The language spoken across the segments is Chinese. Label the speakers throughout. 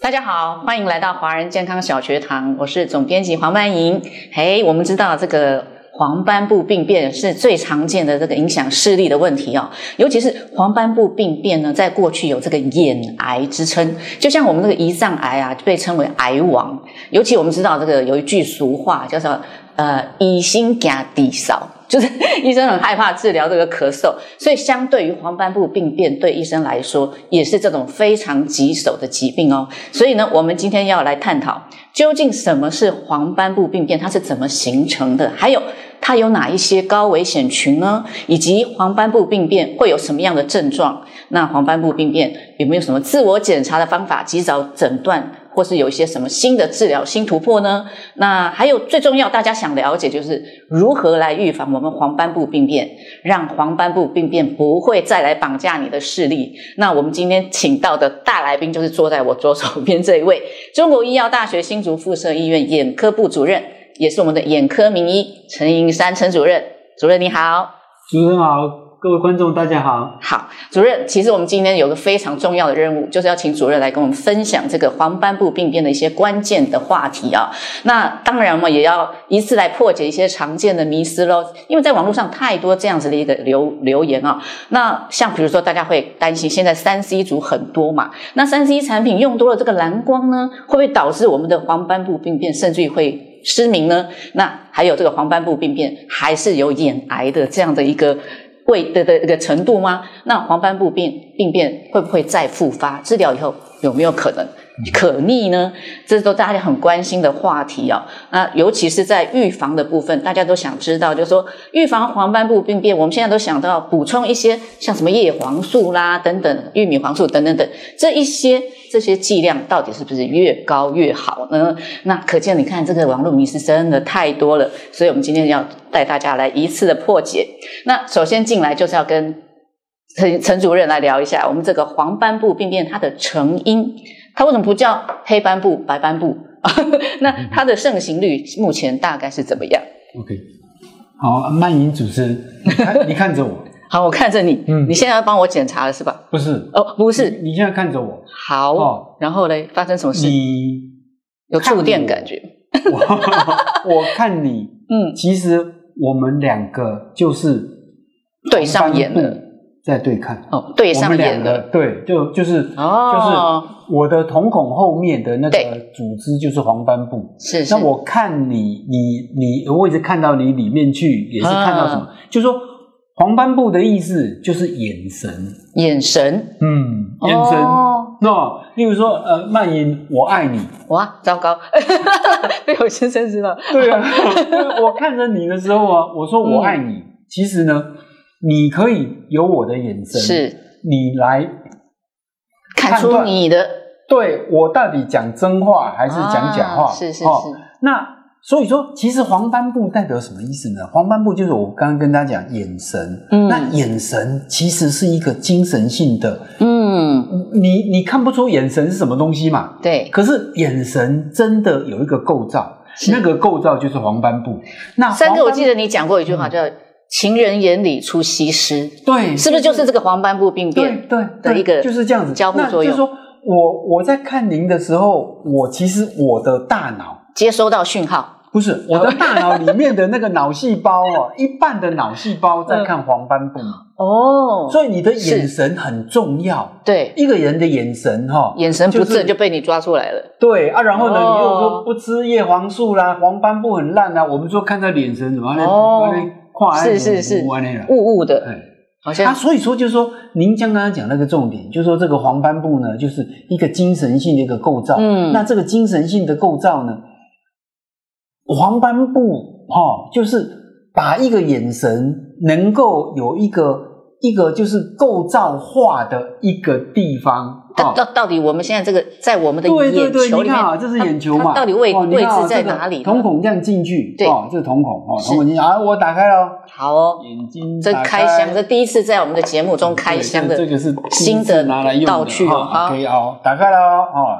Speaker 1: 大家好，欢迎来到华人健康小学堂，我是总编辑黄曼莹。嘿，我们知道这个黄斑部病变是最常见的这个影响视力的问题哦，尤其是黄斑部病变呢，在过去有这个眼癌之称，就像我们这个胰脏癌啊，被称为癌王。尤其我们知道这个有一句俗话叫做呃以心加低少。 就是医生很害怕治疗这个咳嗽，所以相对于黄斑部病变，对医生来说也是这种非常棘手的疾病哦。所以呢，我们今天要来探讨究竟什么是黄斑部病变，它是怎么形成的，还有它有哪一些高危险群呢？以及黄斑部病变会有什么样的症状？那黄斑部病变有没有什么自我检查的方法，及早诊断？或是有一些什么新的治疗、新突破呢？那还有最重要，大家想了解就是如何来预防我们黄斑部病变，让黄斑部病变不会再来绑架你的视力。那我们今天请到的大来宾就是坐在我左手边这一位，中国医药大学新竹附设医院眼科部主任，也是我们的眼科名医陈银山陈主任。主任你好。
Speaker 2: 主任好，各位观众大家好。
Speaker 1: 好，主任，其实我们今天有个非常重要的任务，就是要请主任来跟我们分享这个黄斑部病变的一些关键的话题啊、那当然，我们也要依次来破解一些常见的迷思喽，因为在网络上太多这样子的一个留留言啊、那像比如说，大家会担心现在三 C 族很多嘛，那三 C 产品用多了这个蓝光呢，会不会导致我们的黄斑部病变，甚至于会？失明呢？那还有这个黄斑部病变，还是有眼癌的这样的一个位的的一个程度吗？那黄斑部病病变会不会再复发？治疗以后有没有可能可逆呢？这都大家很关心的话题哦。那尤其是在预防的部分，大家都想知道，就是说预防黄斑部病变，我们现在都想到补充一些像什么叶黄素啦、等等、玉米黄素等等等这一些这些剂量到底是不是越高越好呢？那可见你看这个网络迷思真的太多了，所以我们今天要带大家来一次的破解。那首先进来就是要跟陈陈主任来聊一下，我们这个黄斑部病变它的成因，它为什么不叫黑斑部、白斑部？ 那它的盛行率目前大概是怎么样？
Speaker 2: OK，好，曼莹主持人，你看你看着 我，
Speaker 1: 好，我看着你，
Speaker 2: 嗯
Speaker 1: 你现在要帮我检查了是吧？
Speaker 2: 不是，
Speaker 1: 哦，不是，
Speaker 2: 你现在看着我，
Speaker 1: 好，
Speaker 2: 哦
Speaker 1: 然后嘞，发生什么事？
Speaker 2: 你
Speaker 1: 有触电
Speaker 2: 看我
Speaker 1: 感觉？
Speaker 2: 我我看你，
Speaker 1: 嗯，
Speaker 2: 其实我们两个就是
Speaker 1: 对上眼
Speaker 2: 同班
Speaker 1: 了，
Speaker 2: 部在对看，
Speaker 1: 哦，对
Speaker 2: 我
Speaker 1: 上
Speaker 2: 们两
Speaker 1: 眼了，
Speaker 2: 个对，就就是
Speaker 1: 哦
Speaker 2: 就是我的瞳孔后面的那个
Speaker 1: 对
Speaker 2: 组织就是黄斑部，
Speaker 1: 是是，
Speaker 2: 那我看你，你你，我一直看到你里面去，也是看到什么？就是说黄斑部的意思就是眼神，
Speaker 1: 眼神，
Speaker 2: 嗯，眼神。
Speaker 1: 哦，
Speaker 2: 那、例如说，呃，曼莹，我爱你，
Speaker 1: 哇，糟糕， 被我先生知道，
Speaker 2: 对啊， 我看着你的时候啊，我说我爱你，其实呢，你可以有我的眼神，
Speaker 1: 是
Speaker 2: 你来
Speaker 1: 看
Speaker 2: 判
Speaker 1: 出
Speaker 2: 断
Speaker 1: 你的
Speaker 2: 对我到底讲真话
Speaker 1: 还
Speaker 2: 还是讲假话？
Speaker 1: 啊是是是，
Speaker 2: 哦那所以说，其实黄斑部代表什么意思呢？黄斑部就是我刚刚跟大家讲眼神，
Speaker 1: 嗯
Speaker 2: 那眼神其实是一个精神性的，
Speaker 1: 嗯，
Speaker 2: 你你看不出眼神是什么东西嘛？
Speaker 1: 对，
Speaker 2: 可是眼神真的有一个构造，
Speaker 1: 是
Speaker 2: 那个构造就是黄斑部。那
Speaker 1: 三哥，
Speaker 2: 啊黄
Speaker 1: 我
Speaker 2: 斑嗯
Speaker 1: 记得你讲过一句话，叫“情人眼里出西施
Speaker 2: 对”，，
Speaker 1: 是不是就是这个黄斑部病
Speaker 2: 对
Speaker 1: 变？
Speaker 2: 对
Speaker 1: 的
Speaker 2: 对
Speaker 1: 一个
Speaker 2: 就是这样子
Speaker 1: 交互作用
Speaker 2: 那就是说我我在看您的时候，我其实我的大脑。
Speaker 1: 接收到讯号，
Speaker 2: 不是我的大脑里面的那个脑细胞哦，一半的脑细胞
Speaker 1: 嗯
Speaker 2: 在看黄斑部，
Speaker 1: 哦
Speaker 2: 所以你的眼
Speaker 1: 是
Speaker 2: 神很重要。
Speaker 1: 对，
Speaker 2: 一个人的眼神哈、
Speaker 1: 眼神不
Speaker 2: 就是
Speaker 1: 正就被你抓出来了，
Speaker 2: 对啊，然后呢，
Speaker 1: 哦
Speaker 2: 你又说不吃叶黄素啦，黄斑部很烂啊，我们说看他脸神怎么样
Speaker 1: 哦
Speaker 2: 呢？跨
Speaker 1: 是是是
Speaker 2: 完了。
Speaker 1: 雾雾的，
Speaker 2: 对
Speaker 1: 好
Speaker 2: 啊，
Speaker 1: 像
Speaker 2: 所以说就是说，您刚刚讲那个重点，就是说这个黄斑部呢，就是一个精神性的一个构造。
Speaker 1: 嗯
Speaker 2: 那这个精神性的构造呢，黄斑部哈、哦，就是把一个眼神能够有一个一个就是构造化的一个地方。
Speaker 1: 到
Speaker 2: 哦
Speaker 1: 到到底我们现在这个在我们的
Speaker 2: 对对
Speaker 1: 眼
Speaker 2: 对，
Speaker 1: 球
Speaker 2: 你
Speaker 1: 里
Speaker 2: 看
Speaker 1: 面
Speaker 2: 啊，这是
Speaker 1: 它
Speaker 2: 眼球
Speaker 1: 它
Speaker 2: 嘛，
Speaker 1: 到底位
Speaker 2: 哦你
Speaker 1: 位
Speaker 2: 看啊
Speaker 1: 置在
Speaker 2: 这个
Speaker 1: 哪里呢？
Speaker 2: 瞳孔这样进去，
Speaker 1: 对
Speaker 2: 哦，这是瞳孔哦，
Speaker 1: 是
Speaker 2: 瞳孔进去啊，我打开了，
Speaker 1: 好哦，
Speaker 2: 眼睛
Speaker 1: 这
Speaker 2: 嗯打
Speaker 1: 开箱，这第一次在我们的节目中
Speaker 2: 对
Speaker 1: 开箱的，
Speaker 2: 这这个是第一次
Speaker 1: 新的
Speaker 2: 拿来用的
Speaker 1: 道具哦
Speaker 2: 哈
Speaker 1: 好
Speaker 2: OK 哦，打开了哦，哦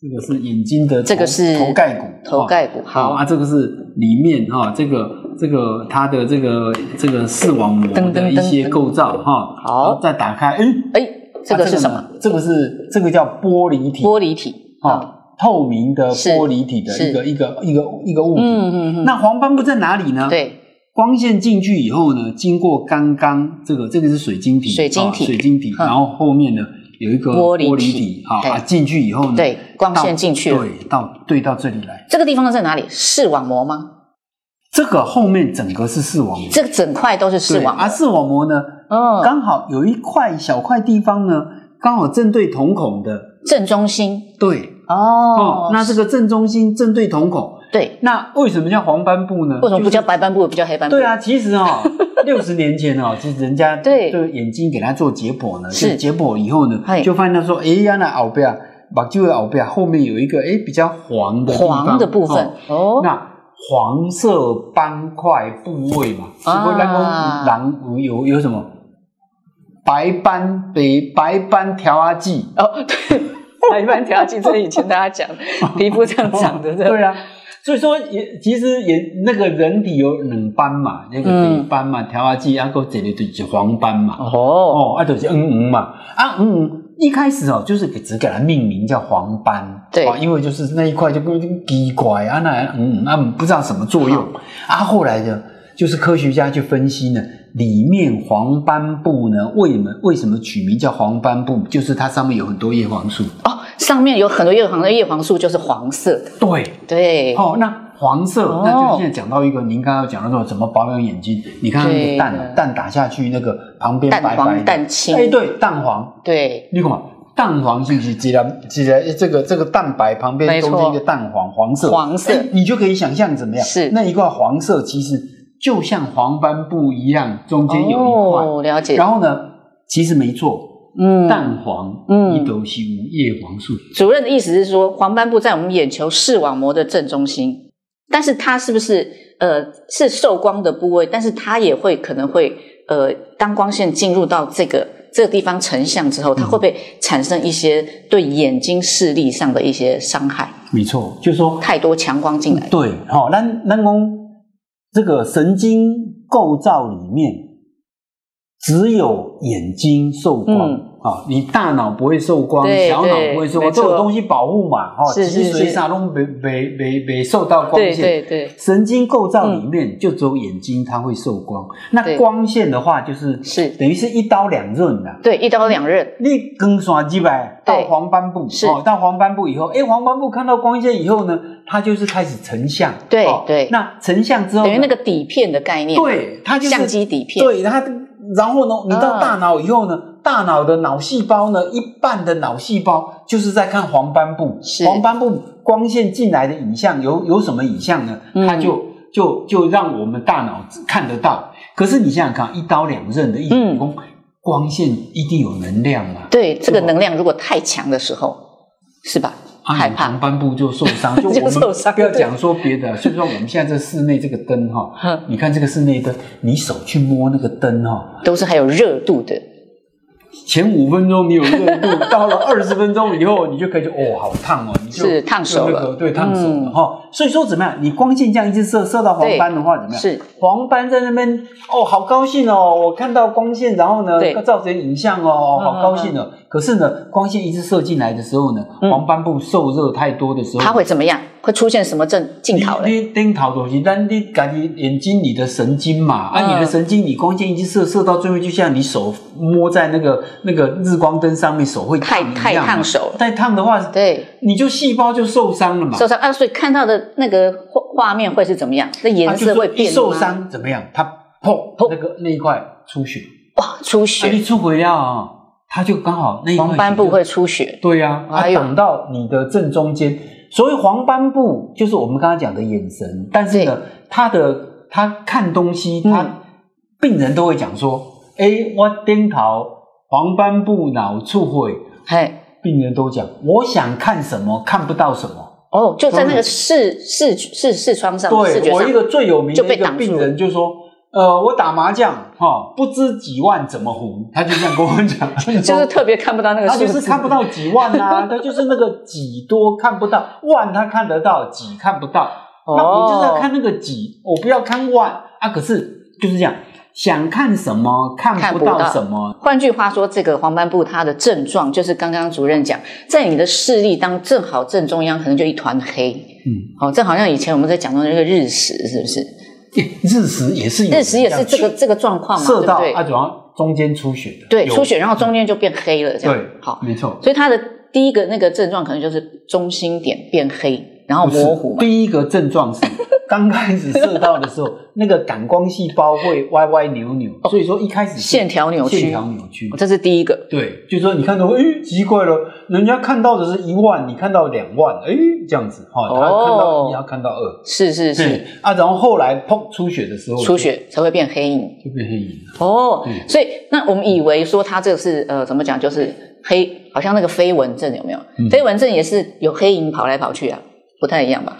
Speaker 2: 这个是眼睛的头，
Speaker 1: 这个是
Speaker 2: 头盖骨，
Speaker 1: 头
Speaker 2: 哦。
Speaker 1: 盖骨，
Speaker 2: 好
Speaker 1: 好，
Speaker 2: 啊，这个是里面哈、哦，这个这个它的这个这个视网膜
Speaker 1: 噔噔
Speaker 2: 的
Speaker 1: 噔
Speaker 2: 一些构造哈、
Speaker 1: 好
Speaker 2: 然后再打开，哎，
Speaker 1: 哎，这
Speaker 2: 啊
Speaker 1: 个是什么？？
Speaker 2: 呢这个是这个叫玻璃体，
Speaker 1: 玻璃体，嗯
Speaker 2: 啊，透明的
Speaker 1: 是
Speaker 2: 玻璃体的
Speaker 1: 是
Speaker 2: 一个一个一个一个物体。
Speaker 1: 嗯嗯嗯，
Speaker 2: 那黄斑部在哪里呢？，
Speaker 1: 对
Speaker 2: 光线进去以后呢，经过刚刚这个这个是水晶体，
Speaker 1: 水晶体
Speaker 2: 啊水晶体，
Speaker 1: 嗯
Speaker 2: 然后后面呢有一个
Speaker 1: 玻璃体
Speaker 2: 玻璃体，好
Speaker 1: 对
Speaker 2: 啊，进去以后呢，
Speaker 1: 对，光
Speaker 2: 到
Speaker 1: 线进去了。
Speaker 2: 对，到对到这里来，
Speaker 1: 这个地方在哪里？视网膜吗？
Speaker 2: 这个后面整个是视网膜，
Speaker 1: 这个整块都是视
Speaker 2: 对
Speaker 1: 网
Speaker 2: 啊，
Speaker 1: 膜。
Speaker 2: 视网膜呢，
Speaker 1: 嗯，
Speaker 2: 刚好有一块小块地方呢，刚好正对瞳孔的，
Speaker 1: 正中心。
Speaker 2: 对
Speaker 1: 哦
Speaker 2: 哦，，那这个正中心正对瞳孔，
Speaker 1: 对，
Speaker 2: 那为什么叫黄斑部呢？
Speaker 1: 为什么不叫
Speaker 2: 就是？
Speaker 1: 白斑部，不叫黑斑部？
Speaker 2: 对，啊，其实 哦，六十年前哦，其实人家
Speaker 1: 对
Speaker 2: 就眼睛给他做解剖呢，
Speaker 1: 是
Speaker 2: 就解剖以后呢
Speaker 1: 嘿，
Speaker 2: 就发现他说，哎呀，那后边把就的后边后面有一个哎比较黄的地方
Speaker 1: 黄的部分
Speaker 2: 哦
Speaker 1: 哦，
Speaker 2: 那黄色斑块部位嘛，是
Speaker 1: 啊
Speaker 2: 不是咱讲人有有什么白斑北白斑调压剂？
Speaker 1: 哦，对，白斑调剂，这以前大家 讲皮肤这样长的，
Speaker 2: 对啊，所以说也其实也那个人体有冷斑嘛，那个
Speaker 1: 嗯
Speaker 2: 北斑嘛，调压剂啊，个这里就是黄斑嘛，
Speaker 1: 哦，
Speaker 2: 哦，啊就是嗯嗯嘛，啊嗯嗯。一开始哦，就是给只给它命名叫黄斑，
Speaker 1: 对
Speaker 2: 哦因为就是那一块就跟跟奇怪啊，那嗯嗯啊不知道什么作用啊。后来呢，就是科学家去分析呢，里面黄斑部呢为什么为什么取名叫黄斑部，就是它上面有很多叶黄素。
Speaker 1: 哦，上面有很多叶黄的叶黄素就是黄色的，
Speaker 2: 对，
Speaker 1: 对，
Speaker 2: 哦，那黄色
Speaker 1: 哦，
Speaker 2: 那就是现在讲到一个，您刚刚讲到说怎么保养眼睛，你看那
Speaker 1: 对
Speaker 2: 个蛋啊
Speaker 1: 的，
Speaker 2: 蛋打下去那个旁边
Speaker 1: 蛋
Speaker 2: 白白
Speaker 1: 黄、
Speaker 2: 的，
Speaker 1: 蛋清，
Speaker 2: 哎，对，蛋黄，
Speaker 1: 对
Speaker 2: 你看嘛，蛋黄是不是既然既然这个这个蛋白旁
Speaker 1: 没
Speaker 2: 边
Speaker 1: 错
Speaker 2: 中间一个蛋黄黄色，
Speaker 1: 黄色
Speaker 2: 哎你就可以想象怎么样？
Speaker 1: 是
Speaker 2: 那一块黄色其实就像黄斑布一样，中间有一块，
Speaker 1: 哦，了解，
Speaker 2: 然后呢，其实没错，
Speaker 1: 嗯
Speaker 2: 蛋黄
Speaker 1: 嗯
Speaker 2: 一都是无叶黄素，
Speaker 1: 主任的意思是说，黄斑部在我们眼球视网膜的正中心，但是它是不是呃是受光的部位？但是它也会可能会呃，当光线进入到这个这个地方成像之后，它
Speaker 2: 嗯
Speaker 1: 会不会产生一些对眼睛视力上的一些伤害？
Speaker 2: 没错，就是说
Speaker 1: 太多强光进来，
Speaker 2: 对，好、哦，咱咱讲这个神经构造里面，只有眼睛受光
Speaker 1: 嗯
Speaker 2: 啊、哦你大脑不会受光，
Speaker 1: 对
Speaker 2: 小脑
Speaker 1: 对
Speaker 2: 不会受
Speaker 1: 没
Speaker 2: 光，
Speaker 1: 错
Speaker 2: 都有东西保护嘛，哦，
Speaker 1: 是是
Speaker 2: 脊髓
Speaker 1: 是
Speaker 2: 啥都没没没没受到光
Speaker 1: 对
Speaker 2: 线。
Speaker 1: 对对，
Speaker 2: 神经构造里面就只有眼睛它会受光，
Speaker 1: 对
Speaker 2: 那光线的话就是
Speaker 1: 是
Speaker 2: 等于是一刀两刃呐、
Speaker 1: 对一刀两刃，
Speaker 2: 你光线几百到
Speaker 1: 对
Speaker 2: 黄斑部，
Speaker 1: 是
Speaker 2: 哦，到黄斑部以后，哎，黄斑部看到光线以后呢，它就是开始成像，
Speaker 1: 对
Speaker 2: 哦
Speaker 1: 对
Speaker 2: 那成像之后呢，
Speaker 1: 等于那个底片的概念，
Speaker 2: 嗯对，它就是
Speaker 1: 相机底片，嗯
Speaker 2: 对它，然后呢，你到大脑以后呢，大脑的脑细胞呢，一半的脑细胞就是在看黄斑部
Speaker 1: 是，
Speaker 2: 黄斑部光线进来的影像有有什么影像呢？
Speaker 1: 嗯
Speaker 2: 它就就就让我们大脑看得到。可是你想想看，一刀两刃的一
Speaker 1: 嗯
Speaker 2: 光、光线一定有能量嘛？
Speaker 1: 对这个
Speaker 2: 对吧
Speaker 1: 能量如果太强的时候，是吧？
Speaker 2: 啊
Speaker 1: 害
Speaker 2: 你
Speaker 1: 怕
Speaker 2: 黄斑部就受 伤，就我
Speaker 1: 就
Speaker 2: 们
Speaker 1: 受伤
Speaker 2: 不要
Speaker 1: 对
Speaker 2: 讲说别的，所以说我们现在这室内这个灯哈、
Speaker 1: 嗯
Speaker 2: 你看这个室内灯，你手去摸那个灯哈、
Speaker 1: 都是还有热度的，
Speaker 2: 前五分钟你有热度，到 了二十分钟以后，你就可以就哦，好烫哦，你就是
Speaker 1: 烫手
Speaker 2: 就那
Speaker 1: 了
Speaker 2: 个对，烫手
Speaker 1: 嗯
Speaker 2: 了哈、所以说怎么样，你光线这样一直射射到黄斑的话，怎么样？
Speaker 1: 是
Speaker 2: 黄斑在那边哦，好高兴哦，我看到光线，然后呢
Speaker 1: 对，嗯
Speaker 2: 造成影像哦，好高兴哦。可是呢，光线一直射进来的时候呢，
Speaker 1: 嗯
Speaker 2: 黄斑部受热太多的时候，
Speaker 1: 它会怎么样？会出现什么症镜头嘞？
Speaker 2: 嗯你你顶头就是咱你家己眼睛里的神经嘛，
Speaker 1: 嗯
Speaker 2: 啊，你的神经你光线一直射射到最后，就像你手摸在那个那个日光灯上面，手会
Speaker 1: 太
Speaker 2: 烫一样嘛
Speaker 1: 太烫手了，
Speaker 2: 太烫的话，
Speaker 1: 对，
Speaker 2: 你就细胞就受伤了嘛，
Speaker 1: 受伤啊，所以看到的那个画画面会是怎么样？那颜色会
Speaker 2: 啊就是一
Speaker 1: 变吗
Speaker 2: 受伤怎么样？它砰
Speaker 1: 砰
Speaker 2: 那个那一块出血，
Speaker 1: 哇，出
Speaker 2: 啊，
Speaker 1: 血，
Speaker 2: 你啊出回了啊，它就刚好那一块
Speaker 1: 黄斑
Speaker 2: 就
Speaker 1: 部会出血，
Speaker 2: 对呀、啊，
Speaker 1: 哎
Speaker 2: 它
Speaker 1: 呦
Speaker 2: 挡到你的正中间。所谓黄斑部，就是我们刚刚讲的眼神，但是呢，他的他看东西，
Speaker 1: 嗯
Speaker 2: 他、病人都会讲说：“哎、我颠头黄斑部脑出血。
Speaker 1: 哎，”
Speaker 2: 病人都讲：“我想看什么，看不到什么。
Speaker 1: 哦，就在那个视视视视窗”上，视
Speaker 2: 对
Speaker 1: 觉
Speaker 2: 我一
Speaker 1: 上，
Speaker 2: 个最有名
Speaker 1: 就
Speaker 2: 的
Speaker 1: 被
Speaker 2: 一个
Speaker 1: 挡住
Speaker 2: 病人就说。呃，我打麻将哈、不知几万怎么胡，他就这样跟我讲，就是
Speaker 1: 就是特别看不到那个
Speaker 2: 他
Speaker 1: 数
Speaker 2: 啊就是
Speaker 1: 字，
Speaker 2: 看不到几万啊， 他就是那个几多看不到，万他看得到，几看不到。那我就是要看
Speaker 1: 哦，
Speaker 2: 那个几，我不要看万啊。可是就是这样，想看什么看
Speaker 1: 看
Speaker 2: 不
Speaker 1: 不
Speaker 2: 到
Speaker 1: 到
Speaker 2: 什么，
Speaker 1: 换句话说，这个黄斑部它的症状就是刚刚主任讲，在你的视力当正好正中央，可能就一团黑。
Speaker 2: 嗯，
Speaker 1: 哦，这好像以前我们在讲的那个日食，是不是？
Speaker 2: 日食也是有人
Speaker 1: 日食也是这个这个状况嘛，对
Speaker 2: 射
Speaker 1: 不
Speaker 2: 到
Speaker 1: 对？
Speaker 2: 它主要中间出血的，
Speaker 1: 对，
Speaker 2: 有
Speaker 1: 出血，然后中间就变黑了，这样。
Speaker 2: 对，
Speaker 1: 好，
Speaker 2: 没错，
Speaker 1: 所以它的第一个那个症状可能就是中心点变黑，然后
Speaker 2: 不是
Speaker 1: 模糊嘛。
Speaker 2: 第一个症状 是刚开始射到的时候，那个感光细胞会歪歪扭扭，所以说一开始是
Speaker 1: 哦线条扭曲
Speaker 2: 线条扭曲。
Speaker 1: 这是第一个。
Speaker 2: 对，就说你看到，诶，奇怪了，人家看到的是一万，你看到两万，诶，这样子哈，他看到
Speaker 1: 哦
Speaker 2: 一，他看到二，
Speaker 1: 是是
Speaker 2: 对
Speaker 1: 是，
Speaker 2: 啊，然后后来砰出血的时候，
Speaker 1: 出血才会变黑影。
Speaker 2: 就变黑影了，
Speaker 1: 哦，
Speaker 2: 嗯
Speaker 1: 所以那我们以为说它这个是呃怎么讲，就是黑，好像那个飞蚊症有没有？
Speaker 2: 嗯
Speaker 1: 飞蚊症也是有黑影跑来跑去啊，不太一样吧？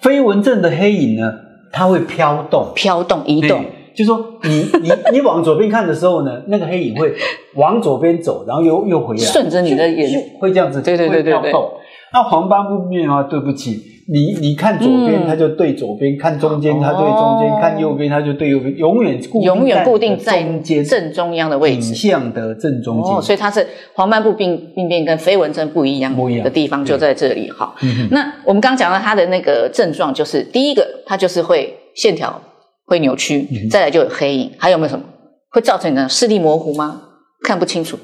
Speaker 2: 飞蚊症的黑影呢，它会飘动，
Speaker 1: 飘动移动
Speaker 2: 对，就说你你你往左边看的时候呢，那个黑影会往左边走，然后又又回来，
Speaker 1: 顺着你的眼
Speaker 2: 咻咻会这样子，
Speaker 1: 对对对对
Speaker 2: 会跳动。那黄斑部面啊，对不起，你你看左边，
Speaker 1: 嗯
Speaker 2: 它就对左边；看中间，
Speaker 1: 哦
Speaker 2: 它对中间；看右边，它就对右边，永远固定
Speaker 1: 永远固定
Speaker 2: 在
Speaker 1: 在
Speaker 2: 你的中间嗯
Speaker 1: 正中央的位
Speaker 2: 影
Speaker 1: 置。
Speaker 2: 像的正中间。
Speaker 1: 哦，所以它是黄斑部病病变跟飞蚊症不一样
Speaker 2: 不一样
Speaker 1: 的地方就在这里哈。
Speaker 2: 嗯哼
Speaker 1: 那我们刚讲到它的那个症状，就是第一个，它就是会线条会扭曲，
Speaker 2: 嗯哼
Speaker 1: 再来就有黑影，还有没有什么会造成你的视力模糊吗？看不清楚，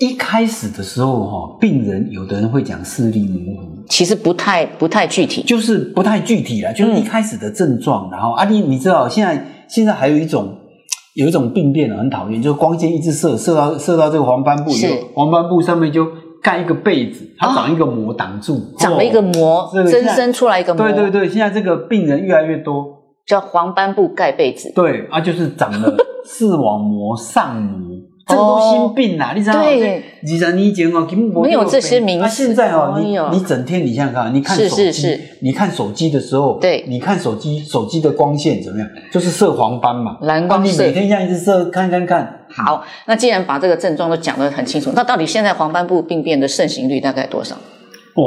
Speaker 2: 一开始的时候哈，病人有的人会讲视力模糊，
Speaker 1: 其实不太不太具体。
Speaker 2: 就是不太具体
Speaker 1: 嗯
Speaker 2: 了，就是一开始的症状，然后啊你你知道现在现在还有一种有一种病变啊很讨厌，就是光线一直射射到射到这个黄斑部以后
Speaker 1: 是，啊
Speaker 2: 黄斑部上面就盖一个被子，它长一个膜挡住，
Speaker 1: 长了一个
Speaker 2: 哦
Speaker 1: 膜，
Speaker 2: 这个现
Speaker 1: 增
Speaker 2: 在
Speaker 1: 生出来一个膜，
Speaker 2: 对对对，现在这个病人越来越多，
Speaker 1: 叫黄斑部盖被子。
Speaker 2: 对啊，就是长了视网膜上膜。这个都新病啦，你知道吗？
Speaker 1: 哦对
Speaker 2: 这二十年前哦，根本
Speaker 1: 没有这些
Speaker 2: 病
Speaker 1: 名
Speaker 2: 啊，
Speaker 1: 词
Speaker 2: 现在哦，
Speaker 1: 哎
Speaker 2: 你
Speaker 1: 呦
Speaker 2: 你整天你想想看，你看
Speaker 1: 是
Speaker 2: 手
Speaker 1: 是
Speaker 2: 机，
Speaker 1: 是
Speaker 2: 你看手机的时候，
Speaker 1: 对
Speaker 2: 你看手机，手机的光线怎么样？就是射黄斑嘛，
Speaker 1: 蓝光
Speaker 2: 啊你
Speaker 1: 射
Speaker 2: 每天这样一直射，看看看，
Speaker 1: 好，那既然把这个症状都讲得很清楚，那到底现在黄斑部病变的盛行率大概多少？
Speaker 2: 哦，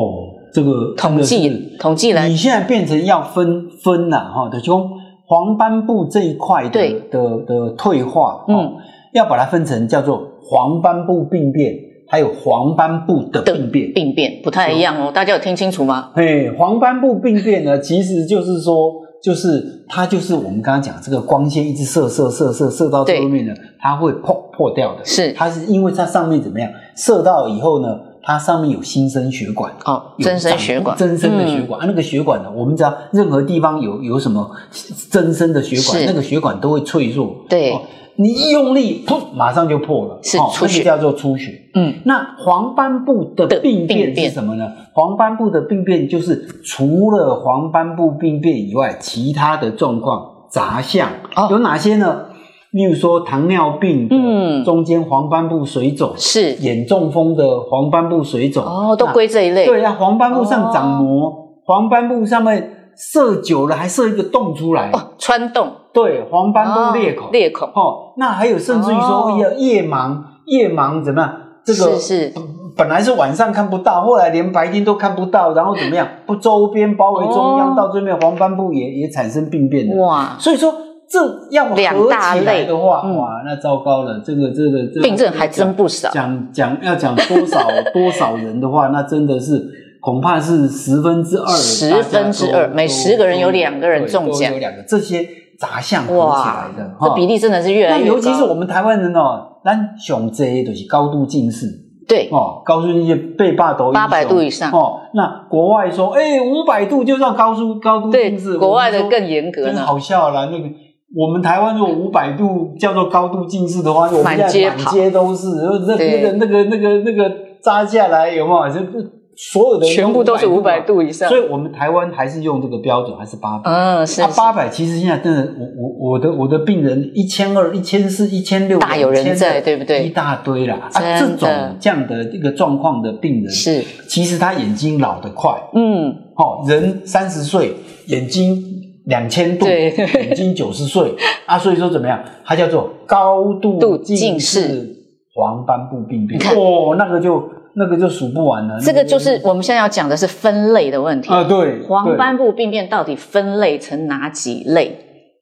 Speaker 2: 这个
Speaker 1: 统
Speaker 2: 真的是
Speaker 1: 计统计来
Speaker 2: 你现在变成要分分啦、哈，就是说黄斑部这一块的
Speaker 1: 对
Speaker 2: 的的退化，哦
Speaker 1: 嗯，
Speaker 2: 要把它分成叫做黄斑部病变，还有黄斑部的病变。
Speaker 1: 病变不太一样哦，大家有听清楚吗？
Speaker 2: 嘿，黄斑部病变呢，其实就是说，就是它就是我们刚刚讲这个光线一直射射射射射到最
Speaker 1: 对
Speaker 2: 后面呢，它会破破掉的。
Speaker 1: 是
Speaker 2: 它是因为它上面怎么样，射到以后呢，它上面有新生血管。
Speaker 1: 哦，
Speaker 2: 有
Speaker 1: 增生血管，
Speaker 2: 长增生的血
Speaker 1: 嗯
Speaker 2: 管、啊，那个血管呢，我们知道任何地方有有什么增生的血管，
Speaker 1: 是
Speaker 2: 那个血管都会脆弱。哦
Speaker 1: 对
Speaker 2: 你一用力，砰，马上就破了，哦
Speaker 1: 是出
Speaker 2: 那就
Speaker 1: 血
Speaker 2: 叫做出血。
Speaker 1: 嗯，
Speaker 2: 那黄斑部的
Speaker 1: 的
Speaker 2: 病
Speaker 1: 病
Speaker 2: 变
Speaker 1: 变
Speaker 2: 是什么呢？黄斑部的病变就是除了黄斑部病变以外，其他的状况杂项、
Speaker 1: 哦
Speaker 2: 有哪些呢？例如说糖尿病，
Speaker 1: 嗯
Speaker 2: 中间黄斑部水肿，
Speaker 1: 是
Speaker 2: 眼中风的黄斑部水肿，
Speaker 1: 哦，都
Speaker 2: 那
Speaker 1: 归这一类，
Speaker 2: 对啊，黄斑部上长膜，
Speaker 1: 哦
Speaker 2: 黄斑部上面射久了还射一个洞出来，
Speaker 1: 哦，穿洞，
Speaker 2: 对，黄斑
Speaker 1: 哦
Speaker 2: 部裂口，
Speaker 1: 裂口，
Speaker 2: 哦，那还有甚至于说
Speaker 1: 哦
Speaker 2: 夜夜盲，夜盲怎么样？这个
Speaker 1: 是是
Speaker 2: 本来是晚上看不到，后来连白天都看不到，然后怎 么样？不周边包围中央，
Speaker 1: 哦
Speaker 2: 到最面黄斑部也也产生病变的。
Speaker 1: 哇，
Speaker 2: 所以说这要合
Speaker 1: 两大
Speaker 2: 起来
Speaker 1: 类
Speaker 2: 的话，
Speaker 1: 嗯
Speaker 2: 哇，那糟糕了，这个这个这个
Speaker 1: 病症还真不少，
Speaker 2: 讲讲要讲多少多少人的话，那真的是恐怕是十分之二，
Speaker 1: 十
Speaker 2: 大家
Speaker 1: 分之
Speaker 2: 都
Speaker 1: 二每
Speaker 2: 都
Speaker 1: 十个人有
Speaker 2: 都
Speaker 1: 两个人
Speaker 2: 对
Speaker 1: 中
Speaker 2: 都
Speaker 1: 奖
Speaker 2: 有两个这些杂项合起来
Speaker 1: 哇
Speaker 2: 的，哈
Speaker 1: 这比例真的是越
Speaker 2: 那
Speaker 1: 来越高。
Speaker 2: 尤其是我们台湾人哦，咱上这就是高度近视
Speaker 1: 对
Speaker 2: 哦，高度近视被霸斗
Speaker 1: 800度以上
Speaker 2: 哦。那国外说，哎，五百度就算高度高度
Speaker 1: 对
Speaker 2: 近视，，
Speaker 1: 国外
Speaker 2: 我
Speaker 1: 的
Speaker 2: 们说
Speaker 1: 更严格
Speaker 2: 真
Speaker 1: 呢，
Speaker 2: 好笑啦。那个我们台湾如果五百度叫做高度近视的话，我们
Speaker 1: 满
Speaker 2: 现
Speaker 1: 街
Speaker 2: 在
Speaker 1: 跑
Speaker 2: 满街都是，然后那那个
Speaker 1: 对
Speaker 2: 那个那个那个扎下来有没有？就所有的人
Speaker 1: 全部都是五百
Speaker 2: 啊。
Speaker 1: 度以上
Speaker 2: 所。以我们台湾还是用这个标准，还是八百。
Speaker 1: 嗯，是
Speaker 2: 啊，八百其实现在真的，我我我的我的病人一千二、一千四、一千六，
Speaker 1: 大有人
Speaker 2: 1000
Speaker 1: 在对不对
Speaker 2: 一大堆啦，啊，
Speaker 1: 真的
Speaker 2: 这种这样的一个状况的病人，
Speaker 1: 是，是
Speaker 2: 其实他眼睛老得快，
Speaker 1: 嗯，
Speaker 2: 哦，人三十岁，眼睛两千度，
Speaker 1: 对
Speaker 2: 眼睛九十岁 啊，所以说怎么样？它叫做高度
Speaker 1: 度
Speaker 2: 近
Speaker 1: 近
Speaker 2: 视黄斑部病变
Speaker 1: 你。看
Speaker 2: 哦，那个就那个就数不完了。
Speaker 1: 这个
Speaker 2: 那
Speaker 1: 就是我们现在要讲的是分类的问题。
Speaker 2: 啊，对，
Speaker 1: 黄
Speaker 2: 对
Speaker 1: 斑部病变到底分类成哪几类？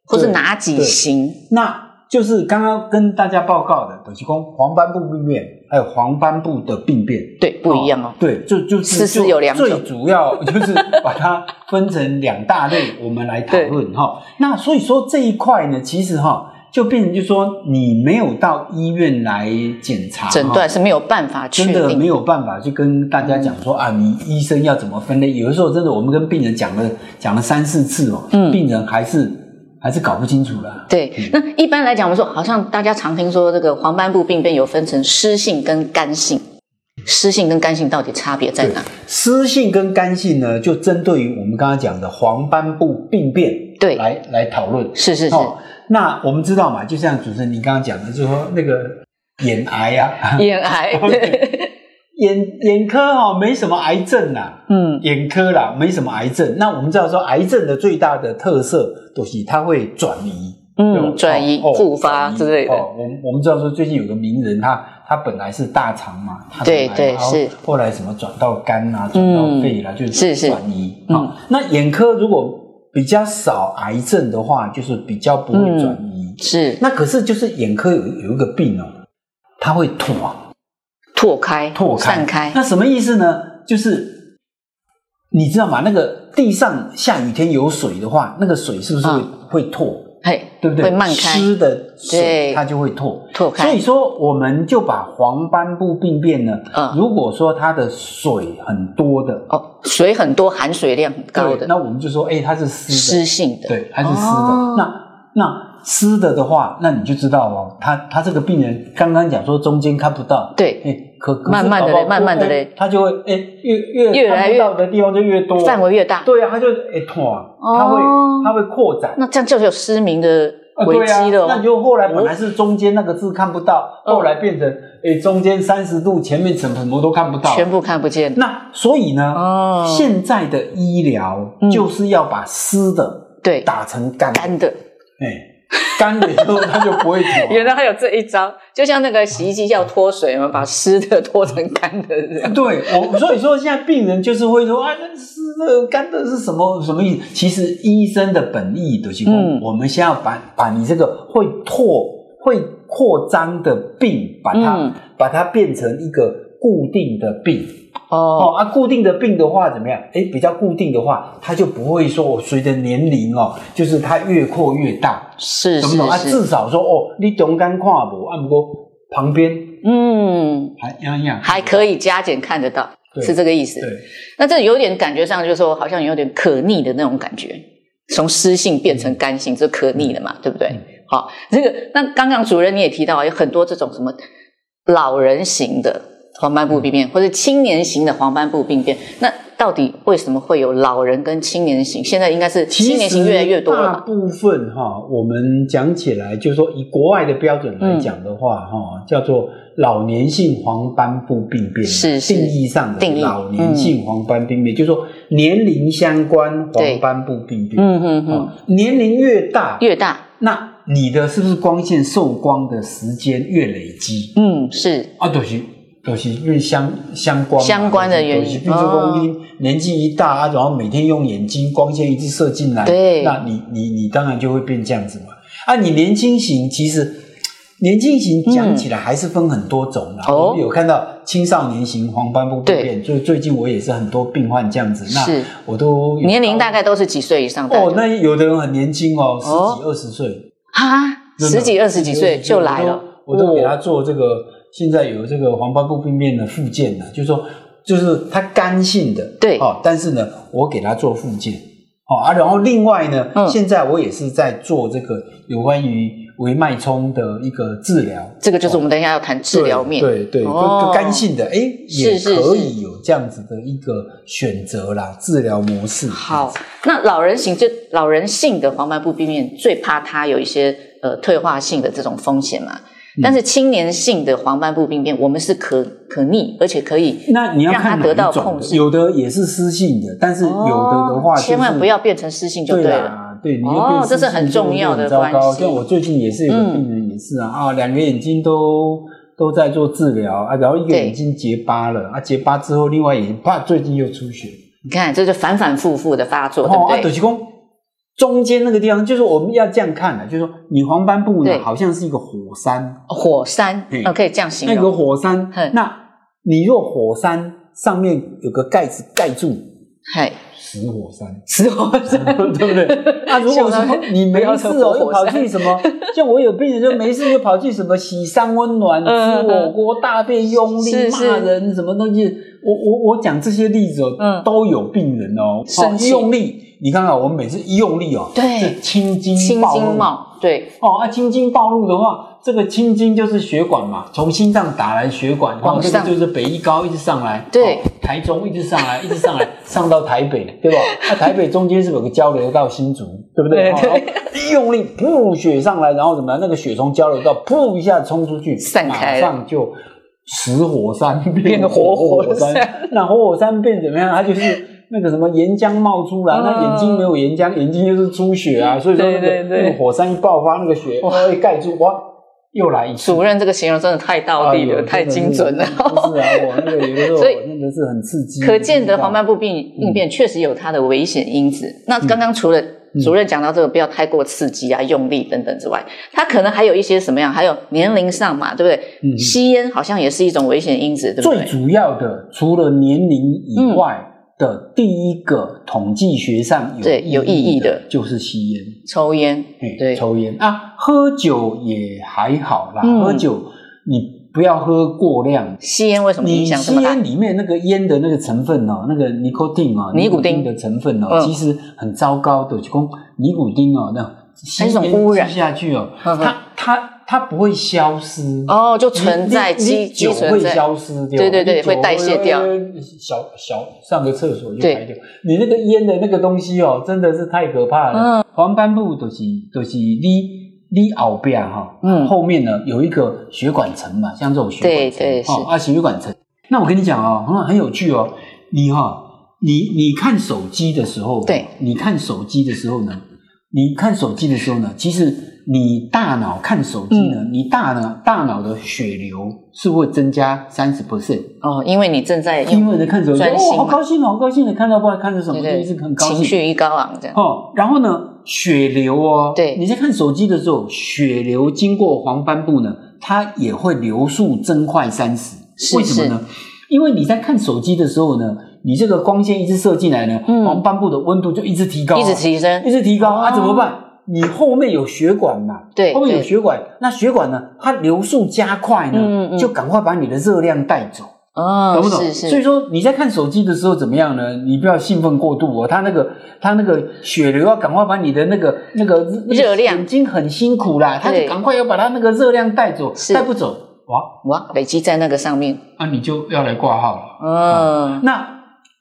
Speaker 1: 或是哪几型？
Speaker 2: 那就是刚刚跟大家报告的短期宫黄斑部病变，还有黄斑部的病变
Speaker 1: 对，不一样哦。
Speaker 2: 对，就就是
Speaker 1: 是有两种
Speaker 2: 最主要就是把它分成两大类，我们来讨论哈。那所以说这一块呢，其实哈。就变成就说你没有到医院来检查
Speaker 1: 诊
Speaker 2: 哈
Speaker 1: 断是没有办法确
Speaker 2: 啊真的没
Speaker 1: 定，嗯
Speaker 2: 有办法去跟大家讲说啊，你医生要怎么分类？有的时候真的我们跟病人讲了讲了三四次哦，
Speaker 1: 嗯
Speaker 2: 病人还是还是搞不清楚啦。
Speaker 1: 对，那一般来讲，我们说好像大家常听说这个黄斑部病变有分成湿性跟干性，湿性跟干性到底差别在哪？
Speaker 2: 湿性跟干性呢，就针对于我们刚刚讲的黄斑部病变，
Speaker 1: 对
Speaker 2: 来来讨论。
Speaker 1: 是是是，
Speaker 2: 哦，那我们知道嘛，就像主持人你刚刚讲的，就是说那个眼癌啊，
Speaker 1: 眼癌，对，
Speaker 2: 眼眼科哈、哦、没什么癌症啦、啊
Speaker 1: 嗯，
Speaker 2: 眼科啦，没什么癌症。那我们知道说，癌症的最大的特色就是它会转移，对吧
Speaker 1: 嗯，转移
Speaker 2: 哦、哦
Speaker 1: 复发
Speaker 2: 转移
Speaker 1: 之类的，
Speaker 2: 哦，我们我们知道说，最近有个名人，他他本来是大肠嘛，他
Speaker 1: 对对是，嗯
Speaker 2: 后来什么转到肝啊，转到肺啦，就是
Speaker 1: 是
Speaker 2: 转移
Speaker 1: 嗯
Speaker 2: 哦那眼科如果比较少癌症的话，就是比较不会转移。
Speaker 1: 是
Speaker 2: 那可是就是眼科有有一个病哦，它会吐啊。
Speaker 1: 拓开、
Speaker 2: 拓开、
Speaker 1: 散开，
Speaker 2: 那什么意思呢？就是你知道吗？那个地上下雨天有水的话，那个水是不是会、会拓？
Speaker 1: 嘿，
Speaker 2: 对不
Speaker 1: 哦
Speaker 2: 对？
Speaker 1: 会漫开
Speaker 2: 湿的水
Speaker 1: 对
Speaker 2: 它就会拓。
Speaker 1: 拓
Speaker 2: 所
Speaker 1: 开
Speaker 2: 以，说，我们就把黄斑部病变呢，
Speaker 1: 嗯
Speaker 2: 如果说它的水很多的，
Speaker 1: 哦，水很多，含水量很高
Speaker 2: 对
Speaker 1: 的，
Speaker 2: 那我们就说，哎，它是湿的，
Speaker 1: 湿性的，
Speaker 2: 对，它是湿的。
Speaker 1: 哦
Speaker 2: 那那湿的的话，那你就知道哦，他他这个病人刚刚讲说中间看不到，
Speaker 1: 对，
Speaker 2: 哎，可可是
Speaker 1: 慢慢地嘞
Speaker 2: 搞不好
Speaker 1: 慢慢地嘞
Speaker 2: 哎它就会哎越越
Speaker 1: 越来越
Speaker 2: 看不到的地方就越多，
Speaker 1: 范围越大，
Speaker 2: 对啊，它就哎拓，它会它会扩展。
Speaker 1: 哦那这样就有失明的
Speaker 2: 啊
Speaker 1: 危
Speaker 2: 对啊
Speaker 1: 机了，
Speaker 2: 那你
Speaker 1: 哦。
Speaker 2: 就后来本来是中间那个字看不到，
Speaker 1: 嗯
Speaker 2: 后来变成哎中间三十度，前面什么什么都看不到。
Speaker 1: 全部看不见。
Speaker 2: 那所以呢，
Speaker 1: 哦，
Speaker 2: 现在的医疗
Speaker 1: 嗯
Speaker 2: 就是要把湿的
Speaker 1: 对，
Speaker 2: 打成干的，
Speaker 1: 干的，。
Speaker 2: 哎，干的以后它就不会啊脱
Speaker 1: 原来还有这一招，就像那个洗衣机要脱水嘛，把湿的脱成干的这样。
Speaker 2: 对我，所以说现在病人就是会说啊，那是那个干的是什么什么意思？其实医生的本意的情况，
Speaker 1: 嗯
Speaker 2: 我们先要把把你这个会拓、会扩张的病，把它、
Speaker 1: 嗯
Speaker 2: 把它变成一个固定的病
Speaker 1: 哦，
Speaker 2: 哦。啊，固定的病的话怎么样？哎，比较固定的话，它就不会说我随着年龄哦，就是它越扩越大，
Speaker 1: 是
Speaker 2: 懂
Speaker 1: 是
Speaker 2: 不懂？啊，
Speaker 1: 是，
Speaker 2: 至少说哦，你中间看无，啊，不过旁边
Speaker 1: 嗯，
Speaker 2: 还样样
Speaker 1: 还可以加减看得到，
Speaker 2: 对
Speaker 1: 是这个意思。
Speaker 2: 对。
Speaker 1: 那这有点感觉上就是说，好像有点可逆的那种感觉，从湿性变成干性，这可逆的嘛，对不对
Speaker 2: 嗯？
Speaker 1: 好，这个那刚刚主任你也提到，有很多这种什么老人型的黄斑部
Speaker 2: 嗯
Speaker 1: 病变，或者青年型的黄斑部病变，那到底为什么会有老人跟青年型？现在应该是
Speaker 2: 其
Speaker 1: 青年型越来越多了
Speaker 2: 大
Speaker 1: 吧？
Speaker 2: 部分哈、我们讲起来，就是说以国外的标准
Speaker 1: 嗯
Speaker 2: 来讲的话，哈、叫做老年性黄斑部病变，
Speaker 1: 是是
Speaker 2: 定义上的
Speaker 1: 定义嗯
Speaker 2: 老年性黄斑病变，就是说年龄相关
Speaker 1: 对
Speaker 2: 黄斑部病变。
Speaker 1: 嗯嗯嗯，
Speaker 2: 哦年龄越大，
Speaker 1: 越大，
Speaker 2: 那你的是不是光线受光的时间越累积？
Speaker 1: 嗯是
Speaker 2: 啊，对、就是。都是因为相相关嘛
Speaker 1: 相关的原因哦
Speaker 2: 就是比如说你年纪一大啊，然后每天用眼睛光线一直射进来，
Speaker 1: 对
Speaker 2: 那你你你当然就会变这样子嘛。啊，你年轻型其实年轻型讲起来还是分很多种啦。
Speaker 1: 嗯哦
Speaker 2: 我们有看到青少年型黄斑部病变，就最近我也是很多病患这样子，那
Speaker 1: 是，
Speaker 2: 我都有
Speaker 1: 年龄大概都是几岁以上的？
Speaker 2: 哦，那有的人很年轻哦，十
Speaker 1: 哦
Speaker 2: 几二十岁，
Speaker 1: 啊，
Speaker 2: 真的
Speaker 1: 十几二十几岁就来了，
Speaker 2: 我都我都给
Speaker 1: 哦
Speaker 2: 他做这个，现在有这个黄斑部病变的附件呢，就是说，就是它干性的，
Speaker 1: 对
Speaker 2: 哦，但是呢，我给他做附件，哦啊，然后另外呢，
Speaker 1: 嗯
Speaker 2: 现在我也是在做这个有关于微脉冲的一个治疗，
Speaker 1: 这个就是我们等一下要谈治疗面。
Speaker 2: 哦对对，对
Speaker 1: 哦
Speaker 2: 就干性的，哎，
Speaker 1: 是
Speaker 2: 也
Speaker 1: 是
Speaker 2: 可
Speaker 1: 是
Speaker 2: 以有这样子的一个选择啦，治疗模式。
Speaker 1: 好，那老人型就老人性的黄斑部病变最怕它有一些呃退化性的这种风险嘛。
Speaker 2: 嗯
Speaker 1: 但是青年性的黄斑部病变，我们是可可逆，而且可以
Speaker 2: 那你要
Speaker 1: 让
Speaker 2: 看
Speaker 1: 它
Speaker 2: 哪
Speaker 1: 得
Speaker 2: 一
Speaker 1: 到
Speaker 2: 种
Speaker 1: 控
Speaker 2: 的
Speaker 1: 制
Speaker 2: 有的也是湿性的，但是有的的话、
Speaker 1: 哦
Speaker 2: 就是
Speaker 1: 千万不要变成失性就
Speaker 2: 对
Speaker 1: 了。
Speaker 2: 啦，对，你就
Speaker 1: 哦
Speaker 2: 变失
Speaker 1: 这是
Speaker 2: 智
Speaker 1: 很
Speaker 2: 就
Speaker 1: 重要的
Speaker 2: 很糟
Speaker 1: 关
Speaker 2: 糕
Speaker 1: 系
Speaker 2: 像我最近也是有个
Speaker 1: 嗯
Speaker 2: 病人也是啊，啊，两个眼睛都都在做治疗啊，然后一个
Speaker 1: 对
Speaker 2: 眼睛结疤了啊，结疤之后另外眼睛啪最近又出血，
Speaker 1: 你看，这就反反复复的发作，
Speaker 2: 哦，啊，
Speaker 1: 对不
Speaker 2: 就是讲中间那个地方，就是我们要这样看的，啊就是说你黄斑部呢
Speaker 1: 对，
Speaker 2: 好像是一个火山，
Speaker 1: 火山
Speaker 2: 嘿，
Speaker 1: 呃，可以这样形
Speaker 2: 嗯那个
Speaker 1: 容，
Speaker 2: 火山
Speaker 1: 嘿，
Speaker 2: 那你若火山上面有个盖子盖住，
Speaker 1: 嘿，
Speaker 2: 死火山，
Speaker 1: 死 火山，
Speaker 2: 对 不对？那啊如果
Speaker 1: 想到
Speaker 2: 说你没
Speaker 1: 不
Speaker 2: 事
Speaker 1: 要
Speaker 2: 哦，
Speaker 1: 成
Speaker 2: 又
Speaker 1: 火
Speaker 2: 跑
Speaker 1: 山
Speaker 2: 去 什么，像我有病人就没事就跑去什么喜上温暖、
Speaker 1: 嗯
Speaker 2: 吃火锅、大便用力、
Speaker 1: 是是
Speaker 2: 骂人什么东西，我我我讲这些例子哦
Speaker 1: 嗯，
Speaker 2: 都有病人哦，
Speaker 1: 生
Speaker 2: 哦
Speaker 1: 气
Speaker 2: 用力，你看看啊我们每次一用力哦，
Speaker 1: 对
Speaker 2: 是青筋
Speaker 1: 青
Speaker 2: 暴
Speaker 1: 筋
Speaker 2: 露
Speaker 1: 帽，对，
Speaker 2: 哦，啊，青筋暴露的话，这个青筋就是血管嘛，从心脏打来血管，
Speaker 1: 往
Speaker 2: 哦，这个
Speaker 1: 上
Speaker 2: 就是北一高一直上来，
Speaker 1: 对
Speaker 2: 哦台中一直上来，一 直上来，上到台北，对吧？那、台北中间是不是有个交流到新竹，对不对？
Speaker 1: 对
Speaker 2: 哦
Speaker 1: 对
Speaker 2: 然后一用力，噗，血上来，然后怎么样？那个血从交流道噗一下冲出去，
Speaker 1: 散开
Speaker 2: 马
Speaker 1: 了
Speaker 2: 上就死火山变
Speaker 1: 变
Speaker 2: 活
Speaker 1: 活
Speaker 2: 火
Speaker 1: 火山
Speaker 2: 那活火山变怎么样？它就是。那个什么岩浆冒出来，那眼睛没有岩浆，眼睛就是出 血啊，所以说那个
Speaker 1: 对对对
Speaker 2: 那个火山一爆发，那个血哇一盖住，哇，又来一次
Speaker 1: 主，任这个形容真的太到地
Speaker 2: 哎
Speaker 1: 了，
Speaker 2: 呦
Speaker 1: 太精准 了。
Speaker 2: 真的是不是啊，我那个有的时候
Speaker 1: 所以
Speaker 2: 真的是很刺激。
Speaker 1: 可见的黄斑
Speaker 2: 斑
Speaker 1: 部病
Speaker 2: 嗯
Speaker 1: 病变确实有它的危险因子。那刚刚除了
Speaker 2: 嗯
Speaker 1: 主任讲到这个不要太过刺激啊、用力等等之外，它可能还有一些什么样？还有年龄上嘛，对不对？
Speaker 2: 嗯
Speaker 1: 吸烟好像也是一种危险因子，对不
Speaker 2: 最
Speaker 1: 对？
Speaker 2: 主要的，除了年龄以外的第一个统计学上有
Speaker 1: 对有意义
Speaker 2: 的
Speaker 1: 的，
Speaker 2: 就是吸烟。
Speaker 1: 抽烟，
Speaker 2: 嘿
Speaker 1: 对
Speaker 2: 抽烟啊，喝酒也还好啦，
Speaker 1: 嗯
Speaker 2: 喝酒你不要喝过量。
Speaker 1: 吸烟为什么影
Speaker 2: 你
Speaker 1: 响这
Speaker 2: 吸
Speaker 1: 么大
Speaker 2: 烟？里面那个烟的那个成分哦，那个尼古丁哦，
Speaker 1: 尼古丁
Speaker 2: 的成分哦，
Speaker 1: 嗯
Speaker 2: 其实很糟糕的，就讲尼古丁哦，那吸
Speaker 1: 它是一种
Speaker 2: 烟
Speaker 1: 污染
Speaker 2: 吸下去哦，
Speaker 1: 呵呵
Speaker 2: 它它它不会消失，
Speaker 1: 哦，就
Speaker 2: 你
Speaker 1: 存在
Speaker 2: 你你
Speaker 1: 积积
Speaker 2: 酒
Speaker 1: 存
Speaker 2: 会
Speaker 1: 在，
Speaker 2: 消失掉，
Speaker 1: 对对对
Speaker 2: 你酒
Speaker 1: 会代谢掉
Speaker 2: 呃小小上个厕所就
Speaker 1: 对
Speaker 2: 排掉。你那个烟的那个东西哦，真的是太可怕了。
Speaker 1: 嗯
Speaker 2: 黄斑部就是就是你你后边哈、
Speaker 1: 嗯
Speaker 2: 后面呢有一个血管层嘛，像这种血管层
Speaker 1: 对对
Speaker 2: 哦
Speaker 1: 是
Speaker 2: 啊血管层。那我跟你讲哦，很很有趣哦，你哈、你你看手机的时候，
Speaker 1: 对，
Speaker 2: 你看手机的时候呢，你看手机的时候呢，其实你大脑看手机
Speaker 1: 嗯
Speaker 2: 呢，你大脑大脑的血流是会增加三十 percent，
Speaker 1: 哦，因为你正在
Speaker 2: 因
Speaker 1: 用，
Speaker 2: 为你看手机，
Speaker 1: 专心
Speaker 2: 哦，
Speaker 1: 嘛
Speaker 2: 好高兴哦，好高兴的，看到不知道看着什么，
Speaker 1: 对
Speaker 2: 就一
Speaker 1: 对
Speaker 2: 直很，高兴，
Speaker 1: 情绪一高昂这样，
Speaker 2: 哦，然后呢，血流哦，
Speaker 1: 对
Speaker 2: 你在看手机的时候，血流经过黄斑部呢，它也会流速增快三十，
Speaker 1: 是
Speaker 2: 为什么呢？因为你在看手机的时候呢，你这个光线一直射进来呢，
Speaker 1: 嗯
Speaker 2: 黄斑部的温度就一直提高啊、
Speaker 1: 一直提升
Speaker 2: 一，直提高啊，
Speaker 1: 哦
Speaker 2: 怎么办？你后面有血管嘛？
Speaker 1: 对
Speaker 2: 后面有
Speaker 1: 对，
Speaker 2: 血管，那血管呢？它流速加快呢，
Speaker 1: 嗯嗯
Speaker 2: 就赶快把你的热量带走。
Speaker 1: 哦，
Speaker 2: 懂不懂？
Speaker 1: 是
Speaker 2: 所以
Speaker 1: 是，
Speaker 2: 说你在看手机的时候怎么样呢？你不要兴奋过度哦，它那个它那个血流要赶快把你的那个那个
Speaker 1: 热量
Speaker 2: 已经很辛苦啦，它就
Speaker 1: 对
Speaker 2: 赶快要把它那个热量带走，
Speaker 1: 是
Speaker 2: 带不走哇，
Speaker 1: 哇，累积在那个上面，
Speaker 2: 啊你就要来挂号了。
Speaker 1: 嗯。
Speaker 2: 那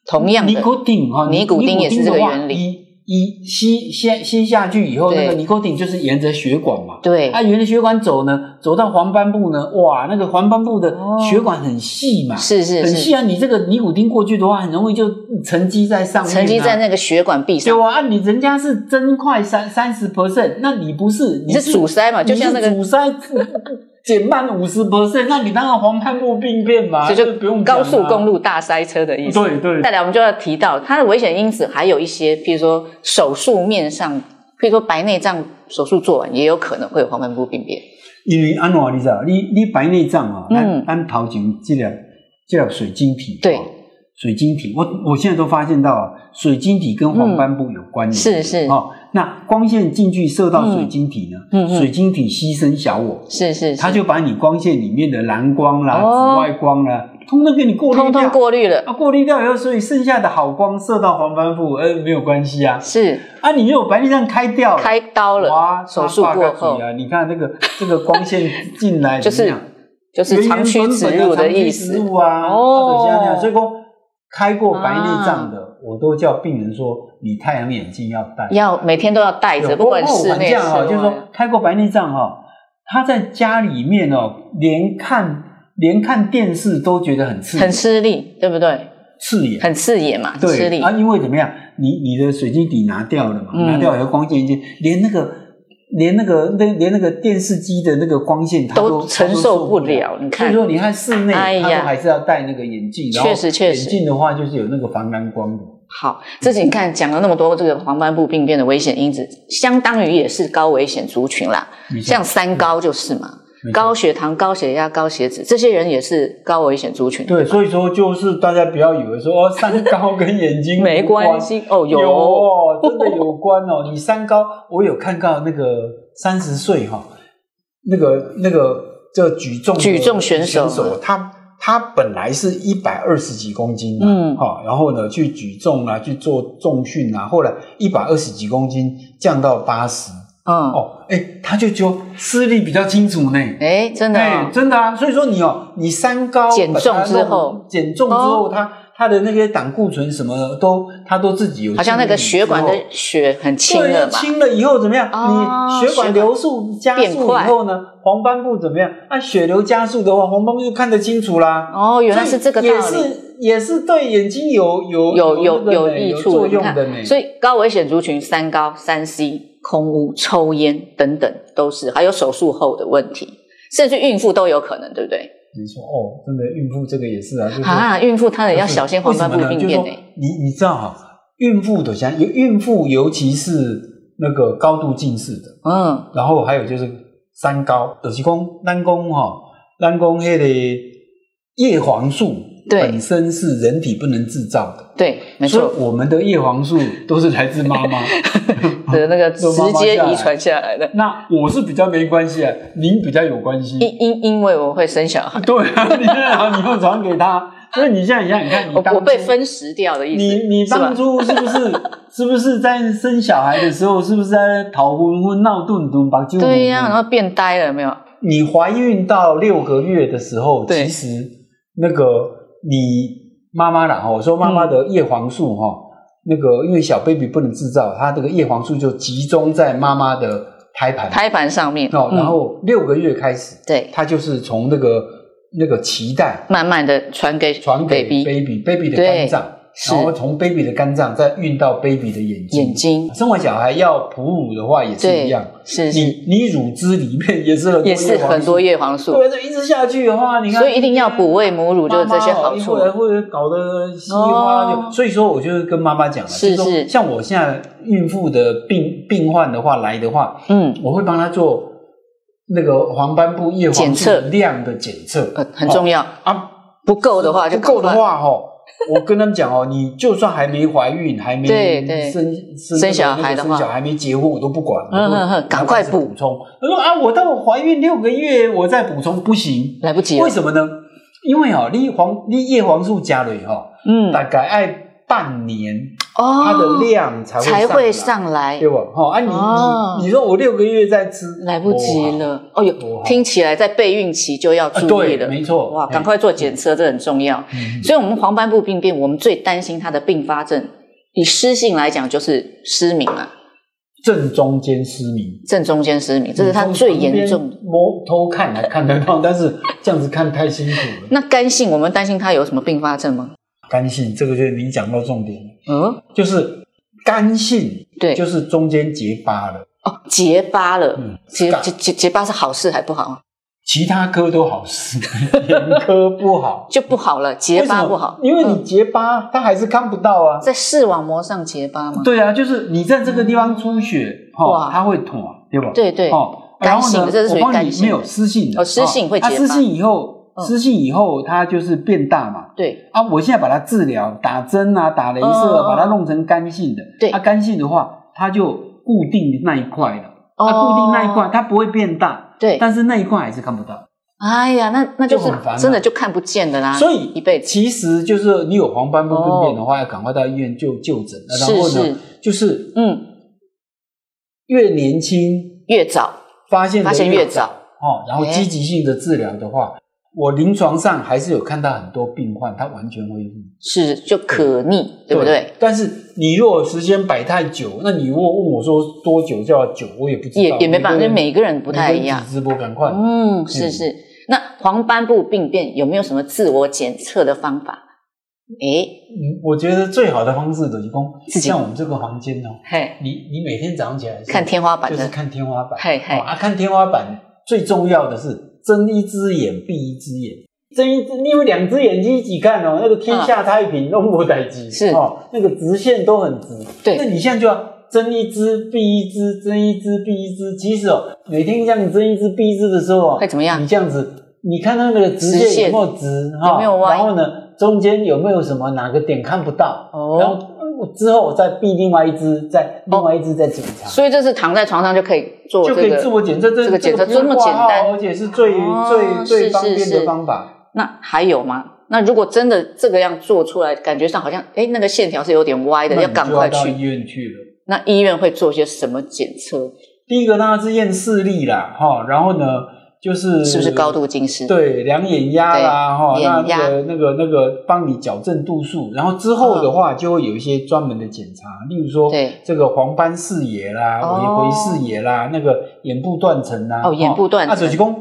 Speaker 1: 同样
Speaker 2: 尼
Speaker 1: 的，
Speaker 2: 古丁哈，
Speaker 1: 尼古丁也是这个
Speaker 2: 的话
Speaker 1: 原理
Speaker 2: 一一吸吸吸下去以后，
Speaker 1: 对
Speaker 2: 那个尼古丁就是沿着血管嘛，
Speaker 1: 对，
Speaker 2: 它沿着血管走呢，走到黄斑部呢，哇，那个黄斑部的
Speaker 1: 哦
Speaker 2: 血管很细嘛，
Speaker 1: 是是
Speaker 2: 很细
Speaker 1: 是，
Speaker 2: 啊！你这个尼古丁过去的话，很容易就沉积在上面、啊。
Speaker 1: 沉积在那个血管壁
Speaker 2: 对
Speaker 1: 上，
Speaker 2: 啊，啊你人家是增快三三十 percent，那你不是？
Speaker 1: 你
Speaker 2: 你
Speaker 1: 是阻塞嘛，
Speaker 2: 你
Speaker 1: 就是像那个，
Speaker 2: 阻塞 减慢五十 percent，那你当然黄斑部病变嘛，
Speaker 1: 这
Speaker 2: 不用
Speaker 1: 就
Speaker 2: 讲啊嗯
Speaker 1: 高速公。路大塞车的意思。
Speaker 2: 对对
Speaker 1: 再来，我们就要提到它的危险因子，还有一些，譬如说手术面上，譬如说白内障手术做完，也有可能会有黄斑部病变。
Speaker 2: 因为安怎你知道？你你白内障啊，
Speaker 1: 嗯
Speaker 2: 咱咱头前这条这条水晶体，哦
Speaker 1: 对
Speaker 2: 水晶体，我我现在都发现到啊，水晶体跟黄斑部有关联、
Speaker 1: 是是
Speaker 2: 哦。那光线进去射到
Speaker 1: 嗯
Speaker 2: 水晶体呢，
Speaker 1: 嗯嗯
Speaker 2: 水晶体牺牲小我，
Speaker 1: 是是
Speaker 2: 它
Speaker 1: 是，
Speaker 2: 就把你光线里面的蓝光啦、
Speaker 1: 哦
Speaker 2: 紫外光啦，通通给你过滤掉。
Speaker 1: 通通过滤了，
Speaker 2: 啊，过滤掉以后，所以剩下的好光射到黄斑部，呃，没有关系啊。
Speaker 1: 是
Speaker 2: 啊，你又有白内障开掉了，
Speaker 1: 开刀
Speaker 2: 哇
Speaker 1: 了，，手术
Speaker 2: 大
Speaker 1: 过
Speaker 2: 个
Speaker 1: 后
Speaker 2: 嘴啊，你看那个这个光线进 来
Speaker 1: 就
Speaker 2: 怎么
Speaker 1: 是
Speaker 2: 样
Speaker 1: 就是长驱直入的意
Speaker 2: 长驱直
Speaker 1: 思。
Speaker 2: 入啊，
Speaker 1: 哦啊
Speaker 2: 哦，这样所以说开过白内障的，我都叫病人说，你太阳眼镜要戴。
Speaker 1: 要每天都要戴着，不管室内
Speaker 2: 哦这样哈，
Speaker 1: 室
Speaker 2: 啊就是说
Speaker 1: 外
Speaker 2: 开过白内障哈，他在家里面哦，连看连看电视都觉得很刺
Speaker 1: 很吃力，对不对？
Speaker 2: 刺眼，
Speaker 1: 很刺眼嘛，吃
Speaker 2: 对啊
Speaker 1: 力
Speaker 2: 啊，因为怎么样，你你的水晶底拿掉了嘛，
Speaker 1: 嗯
Speaker 2: 拿掉以后光线一进，连那个连那个那连那个电视机的那个光线它
Speaker 1: 都承受不。
Speaker 2: 不
Speaker 1: 了。你
Speaker 2: 所以
Speaker 1: 看，
Speaker 2: 说，你看室内，
Speaker 1: 哎
Speaker 2: 他
Speaker 1: 呀
Speaker 2: 都还是要戴那个眼镜，然后
Speaker 1: 确实确实
Speaker 2: 眼镜的话就是有那个防蓝光的。
Speaker 1: 好，这是你看讲了那么多这个黄斑部病变的危险因子，相当于也是高危险族群啦。
Speaker 2: 没错
Speaker 1: 像三高就是嘛，
Speaker 2: 没错
Speaker 1: 高血糖、高血压、高血脂，这些人也是高危险族群。
Speaker 2: 对，所以说就是大家不要以为说哦，三高跟眼睛
Speaker 1: 没
Speaker 2: 无关
Speaker 1: 关系哦，
Speaker 2: 有
Speaker 1: 有
Speaker 2: 哦，真的有关 哦。你三高，我有看到那个三十岁哈、那个那个叫举重的
Speaker 1: 举重选手
Speaker 2: 他他本来是一百二十几公斤嘛，
Speaker 1: 嗯
Speaker 2: 好、然后呢去举重啊，去做重训啊，后来一百二十几公斤降到八十，
Speaker 1: 嗯，
Speaker 2: 哦，哎，他就就视力比较清楚呢。
Speaker 1: 哎，真的
Speaker 2: 哎
Speaker 1: 哦，
Speaker 2: 真的啊，所以说你哦，你三高
Speaker 1: 减重
Speaker 2: 把它弄
Speaker 1: 之后哦
Speaker 2: 减重之后，它它的那些胆固醇什么的都，它都自己有清理之后，
Speaker 1: 好像那个血管的血很轻
Speaker 2: 对
Speaker 1: 了嘛。
Speaker 2: 清了以后怎么样？
Speaker 1: 哦
Speaker 2: 你血管流速加
Speaker 1: 变
Speaker 2: 速
Speaker 1: 快
Speaker 2: 以后呢，黄斑部怎么样？那、血流加速的话，黄斑部就看得清楚啦。
Speaker 1: 哦，原来是
Speaker 2: 所以
Speaker 1: 这个道
Speaker 2: 也
Speaker 1: 理，
Speaker 2: 是也是对眼睛有有
Speaker 1: 有
Speaker 2: 哦有那
Speaker 1: 有
Speaker 2: 个呢
Speaker 1: 益
Speaker 2: 有
Speaker 1: 处
Speaker 2: 作
Speaker 1: 的。你
Speaker 2: 用
Speaker 1: 看
Speaker 2: 的呢。，
Speaker 1: 所以高危险族群三高、三 C、空污、抽烟等等都是，还有手术后的问题，甚至孕妇都有可能，对不对？
Speaker 2: 没错哦，真的孕妇这个也是啊，就是
Speaker 1: 啊，孕妇她也要小心黄斑部
Speaker 2: 为什么呢
Speaker 1: 病变欸
Speaker 2: 就是
Speaker 1: 呢
Speaker 2: 说。你你知道哈，孕妇的像孕妇尤其是那个高度近视的，
Speaker 1: 嗯，
Speaker 2: 然后还有就是三高，就是讲咱讲哈，咱讲迄个叶黄素
Speaker 1: 对
Speaker 2: 本身是人体不能制造的，
Speaker 1: 对，没
Speaker 2: 所
Speaker 1: 错，
Speaker 2: 以我们的叶黄素都是来自 妈妈。
Speaker 1: 的那个直
Speaker 2: 就妈妈
Speaker 1: 接
Speaker 2: 下来嗯
Speaker 1: 遗传下来的，
Speaker 2: 那我是比较没关系啊，您比较有关系。
Speaker 1: 因因因为我会生小孩，
Speaker 2: 对啊，你啊，你又传给他，所以你现在想想看，你
Speaker 1: 我
Speaker 2: 当
Speaker 1: 我被
Speaker 2: 初
Speaker 1: 分食掉的意思，
Speaker 2: 你你
Speaker 1: 是吧
Speaker 2: 当？初是 不是是不是在生小孩的时候，是不是在讨婚婚闹顿顿把就
Speaker 1: 对呀、然后变呆了有没有？
Speaker 2: 你怀孕到六个月的时候，
Speaker 1: 对
Speaker 2: 其实那个你妈妈啦，哦我说妈妈的叶黄素哈、哦那个因为小 baby 不能制造，它这个叶黄素就集中在妈妈的胎盘
Speaker 1: 胎盘上面，
Speaker 2: 哦，
Speaker 1: 嗯
Speaker 2: 然后六个月开始，
Speaker 1: 对，
Speaker 2: 它就是从那个那个脐带
Speaker 1: 慢慢的传给
Speaker 2: 传给
Speaker 1: baby
Speaker 2: baby baby 的
Speaker 1: 对
Speaker 2: 肝脏，
Speaker 1: 是
Speaker 2: 然后从 baby 的肝脏再运到 baby 的眼睛，
Speaker 1: 眼睛，
Speaker 2: 生完小孩要哺乳的话也是
Speaker 1: 对
Speaker 2: 一样，，
Speaker 1: 是是，
Speaker 2: 你你乳汁里面也是很多
Speaker 1: 也是很多
Speaker 2: 叶
Speaker 1: 叶黄素，
Speaker 2: 黄素，对，这一直下去的话，你看，
Speaker 1: 所以一定要哺喂母乳，就是这些好处
Speaker 2: 妈妈哦一会儿会搞得稀里哗啦
Speaker 1: 哦
Speaker 2: 就，所以说我就跟妈妈讲了，啊
Speaker 1: 是
Speaker 2: 就是说像我现在孕妇的病病患的话来的话，
Speaker 1: 嗯，
Speaker 2: 我会帮她做那个黄斑部叶黄
Speaker 1: 检
Speaker 2: 素
Speaker 1: 测
Speaker 2: 量的检测，
Speaker 1: 呃，很重要。
Speaker 2: 啊，
Speaker 1: 不够的话就
Speaker 2: 不够的
Speaker 1: 赶快，
Speaker 2: 话哦，我跟他们讲哦，你就算还没怀孕，还没
Speaker 1: 对对
Speaker 2: 生生
Speaker 1: 生小孩的话
Speaker 2: 生小孩还没结婚，我都不管，
Speaker 1: 嗯嗯嗯
Speaker 2: 我都
Speaker 1: 赶快补
Speaker 2: 补充。他说啊，我到我怀孕六个月我再补充不行，
Speaker 1: 来不及了
Speaker 2: 为。什么呢？因为哦，你黄你叶黄素加了以后，
Speaker 1: 嗯，
Speaker 2: 大概爱半年，
Speaker 1: 哦，
Speaker 2: 它的量才会
Speaker 1: 才会
Speaker 2: 上
Speaker 1: 上来
Speaker 2: 来，对，吧？哈啊，你
Speaker 1: 哦
Speaker 2: 你你说我六个月再吃，
Speaker 1: 来不及
Speaker 2: 哦。
Speaker 1: 了。哦
Speaker 2: 多
Speaker 1: 哟
Speaker 2: 好，
Speaker 1: 听起来在备孕期就要
Speaker 2: 啊，
Speaker 1: 注意
Speaker 2: 对，
Speaker 1: 了。
Speaker 2: 没错，
Speaker 1: 哇，
Speaker 2: 哎
Speaker 1: 赶快做检测，这很重要。
Speaker 2: 嗯
Speaker 1: 所以，我们黄斑部病变，我们最担心它的并发症，以湿性来讲就是失明啊，
Speaker 2: 正中间失明，
Speaker 1: 正中间失明，这是它最严重的。
Speaker 2: 的。摸偷看还看得到，但是这样子看太辛苦了。
Speaker 1: 那干性，我们担心它有什么并发症吗？
Speaker 2: 干性这个就是你讲到重点了，
Speaker 1: 嗯，
Speaker 2: 就是干性，
Speaker 1: 对，
Speaker 2: 就是中间结疤了，
Speaker 1: 哦，结疤了，
Speaker 2: 嗯
Speaker 1: 结
Speaker 2: 干
Speaker 1: 结结结疤是好事还不好啊？
Speaker 2: 其他科都好 使，眼科不好，
Speaker 1: 就不好了，结疤不好，
Speaker 2: 为什么因为
Speaker 1: 嗯
Speaker 2: 你结疤，它还是看不到啊。
Speaker 1: 在视网膜上结疤吗？
Speaker 2: 对啊，就是你在这个地方出血，哦
Speaker 1: 嗯哇，
Speaker 2: 它会痛，啊对吧？
Speaker 1: 对对
Speaker 2: 哦，
Speaker 1: 干性
Speaker 2: 然后呢
Speaker 1: 这是属于
Speaker 2: 我帮
Speaker 1: 干
Speaker 2: 你
Speaker 1: 性
Speaker 2: 没
Speaker 1: 的
Speaker 2: 有湿性的，
Speaker 1: 哦湿性会
Speaker 2: 它
Speaker 1: 结
Speaker 2: 湿
Speaker 1: 疤
Speaker 2: 性以后
Speaker 1: 嗯，
Speaker 2: 湿性以后它就是变大嘛，
Speaker 1: 对
Speaker 2: 啊，我现在把它治疗，打针啊，打镭射
Speaker 1: 嗯嗯
Speaker 2: 啊，
Speaker 1: 嗯
Speaker 2: 把它弄成干性的。
Speaker 1: 对
Speaker 2: 啊，干性的话，它就固定那一块了。
Speaker 1: 哦
Speaker 2: 啊，固定那一块，它不会变大，
Speaker 1: 对，
Speaker 2: 但是那一块还是看不到。
Speaker 1: 哎呀，那那就是
Speaker 2: 就很烦啊
Speaker 1: 真的就看不见的啦，
Speaker 2: 所以
Speaker 1: 一辈子
Speaker 2: 其实就是你有黄斑部病变的话，要赶快到医院就就诊。呃然
Speaker 1: 是
Speaker 2: 后
Speaker 1: 是
Speaker 2: 呢，，就是
Speaker 1: 嗯，
Speaker 2: 越年轻
Speaker 1: 越早
Speaker 2: 发现的
Speaker 1: 发现越早
Speaker 2: 哦，然后
Speaker 1: 哎
Speaker 2: 积极性的治疗的话，我临床上还是有看到很多病患，他完全恢复。
Speaker 1: 是就可逆，对不对？？
Speaker 2: 但是你如果时间摆太久，那你如果问我说多久叫久，我也不知道，
Speaker 1: 也也没办法，因为每
Speaker 2: 个
Speaker 1: 个人
Speaker 2: 人
Speaker 1: 不太一样嗯
Speaker 2: 每个人。体质不赶快。
Speaker 1: 嗯，是是。那黄斑部病变有没有什么自我检测的方法？诶，
Speaker 2: 嗯，我觉得最好的方式就是讲，
Speaker 1: 自己
Speaker 2: 像我们这个房间哦，
Speaker 1: 嘿，
Speaker 2: 你你每天早上起来的时候
Speaker 1: 看天花板
Speaker 2: 就是
Speaker 1: 的，
Speaker 2: 看天花板，
Speaker 1: 嘿嘿
Speaker 2: 哦啊，看天花板最重要的是睁一只眼闭一只眼，睁一只你有两只眼睛一起看哦，那个天下太平，弄不待机
Speaker 1: 是
Speaker 2: 哦，那个直线都很直，
Speaker 1: 对
Speaker 2: 那你现在就要。睁一只闭一只，睁一只闭一只。其实哦，每天这样睁一只闭一只的时候哦，
Speaker 1: 会怎么样
Speaker 2: 你这样子，你看到那个直
Speaker 1: 直线
Speaker 2: 线有没有直？哈
Speaker 1: 有没有歪
Speaker 2: 然后呢，中间有没有什么哪个点看不到？然
Speaker 1: 哦，
Speaker 2: 后呃之后我再闭另外一只，再另外一只再检查，
Speaker 1: 所以这是躺在床上就可以做
Speaker 2: 就可
Speaker 1: 这
Speaker 2: 以自
Speaker 1: 个。
Speaker 2: 我检测。这
Speaker 1: 这个检测
Speaker 2: 不用
Speaker 1: 这么简单
Speaker 2: 挂号而且是最
Speaker 1: 哦是
Speaker 2: 最最方便
Speaker 1: 是是
Speaker 2: 的方法。
Speaker 1: 那还有吗？那如果真的这个样做出来，感觉上好像诶那个线条是有点歪的，
Speaker 2: 那
Speaker 1: 要
Speaker 2: 你
Speaker 1: 赶
Speaker 2: 就
Speaker 1: 快
Speaker 2: 到
Speaker 1: 去。
Speaker 2: 医院去了。
Speaker 1: 那医院会做些什么检测？
Speaker 2: 第一个当然是验视力啦，哈，然后呢就是
Speaker 1: 是不是高度近视？，
Speaker 2: 对，量眼压啦，哈，
Speaker 1: 对
Speaker 2: 那
Speaker 1: 眼
Speaker 2: 那个那个那个帮你矫正度数，然后之后的话就会有一些专门的检查，例如说
Speaker 1: 哦对
Speaker 2: 这个黄斑视野啦、
Speaker 1: 哦
Speaker 2: 围回视野啦、那个眼部断层啦，
Speaker 1: 哦眼部断层
Speaker 2: 那就是讲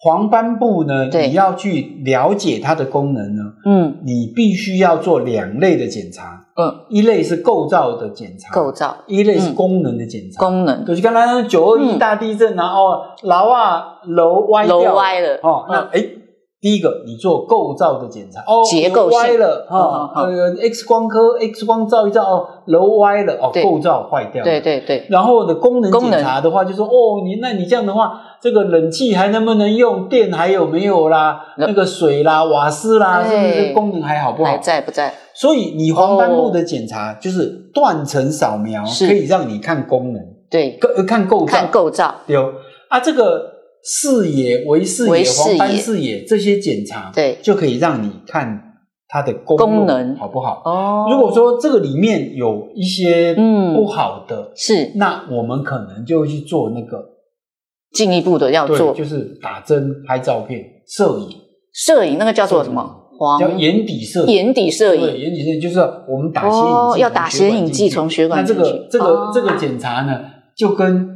Speaker 2: 黄斑部呢，
Speaker 1: 对
Speaker 2: 你要去了解它的功能呢，
Speaker 1: 嗯
Speaker 2: 你必须要做两类的检查，
Speaker 1: 嗯，
Speaker 2: 一类是构造的检查，
Speaker 1: 构，造
Speaker 2: 一类是
Speaker 1: 嗯
Speaker 2: 功能的检查。
Speaker 1: 功能
Speaker 2: 就是刚刚九二一大地震，然后楼啊楼歪掉
Speaker 1: 楼
Speaker 2: 了，
Speaker 1: 歪嗯了
Speaker 2: 哦，那哎，第一个你做构造的检查，哦，
Speaker 1: 结构性
Speaker 2: 歪了，哦，
Speaker 1: 嗯嗯
Speaker 2: 呃，X 光科 X 光照一照，哦，楼歪了，哦，
Speaker 1: 对
Speaker 2: 构造坏掉，
Speaker 1: 对。对对，
Speaker 2: 然后呢，功能
Speaker 1: 功能
Speaker 2: 检查的话，就说哦，你那你这样的话，这个冷气还能不能用？电还有没有啦？
Speaker 1: 那哎
Speaker 2: 那个水啦、瓦斯啦，是
Speaker 1: 对
Speaker 2: 不是这个功能还好不
Speaker 1: 还
Speaker 2: 好？
Speaker 1: 在不在？
Speaker 2: 所以你黄斑
Speaker 1: 哦
Speaker 2: 部的检查就是断层扫描，
Speaker 1: 是
Speaker 2: 可以让你看功能。
Speaker 1: 对，
Speaker 2: 个看构造，
Speaker 1: 看构造，
Speaker 2: 对哦啊，这个视野、为视
Speaker 1: 微
Speaker 2: 野、
Speaker 1: 视
Speaker 2: 黄斑
Speaker 1: 野
Speaker 2: 视野这些检查，，
Speaker 1: 对
Speaker 2: 就可以让你看它的功
Speaker 1: 功能
Speaker 2: 能好不好？
Speaker 1: 哦。
Speaker 2: 如果说这个里面有一些
Speaker 1: 嗯
Speaker 2: 不好的，
Speaker 1: 是
Speaker 2: 那我们可能就会去做那个，
Speaker 1: 进一步的要
Speaker 2: 对，
Speaker 1: 做
Speaker 2: 就是打针、拍照片、摄影，
Speaker 1: 摄影，那个叫做什么？黄
Speaker 2: 叫眼底摄影。
Speaker 1: 哦眼底摄
Speaker 2: 对，
Speaker 1: 影，
Speaker 2: 眼底摄影就是我们打显影剂、
Speaker 1: 哦，要打
Speaker 2: 血
Speaker 1: 显
Speaker 2: 管
Speaker 1: 影
Speaker 2: 进
Speaker 1: 剂
Speaker 2: 去
Speaker 1: 从血管
Speaker 2: 那这
Speaker 1: 进
Speaker 2: 个
Speaker 1: 去。
Speaker 2: 这个、
Speaker 1: 哦
Speaker 2: 这个检查呢，就跟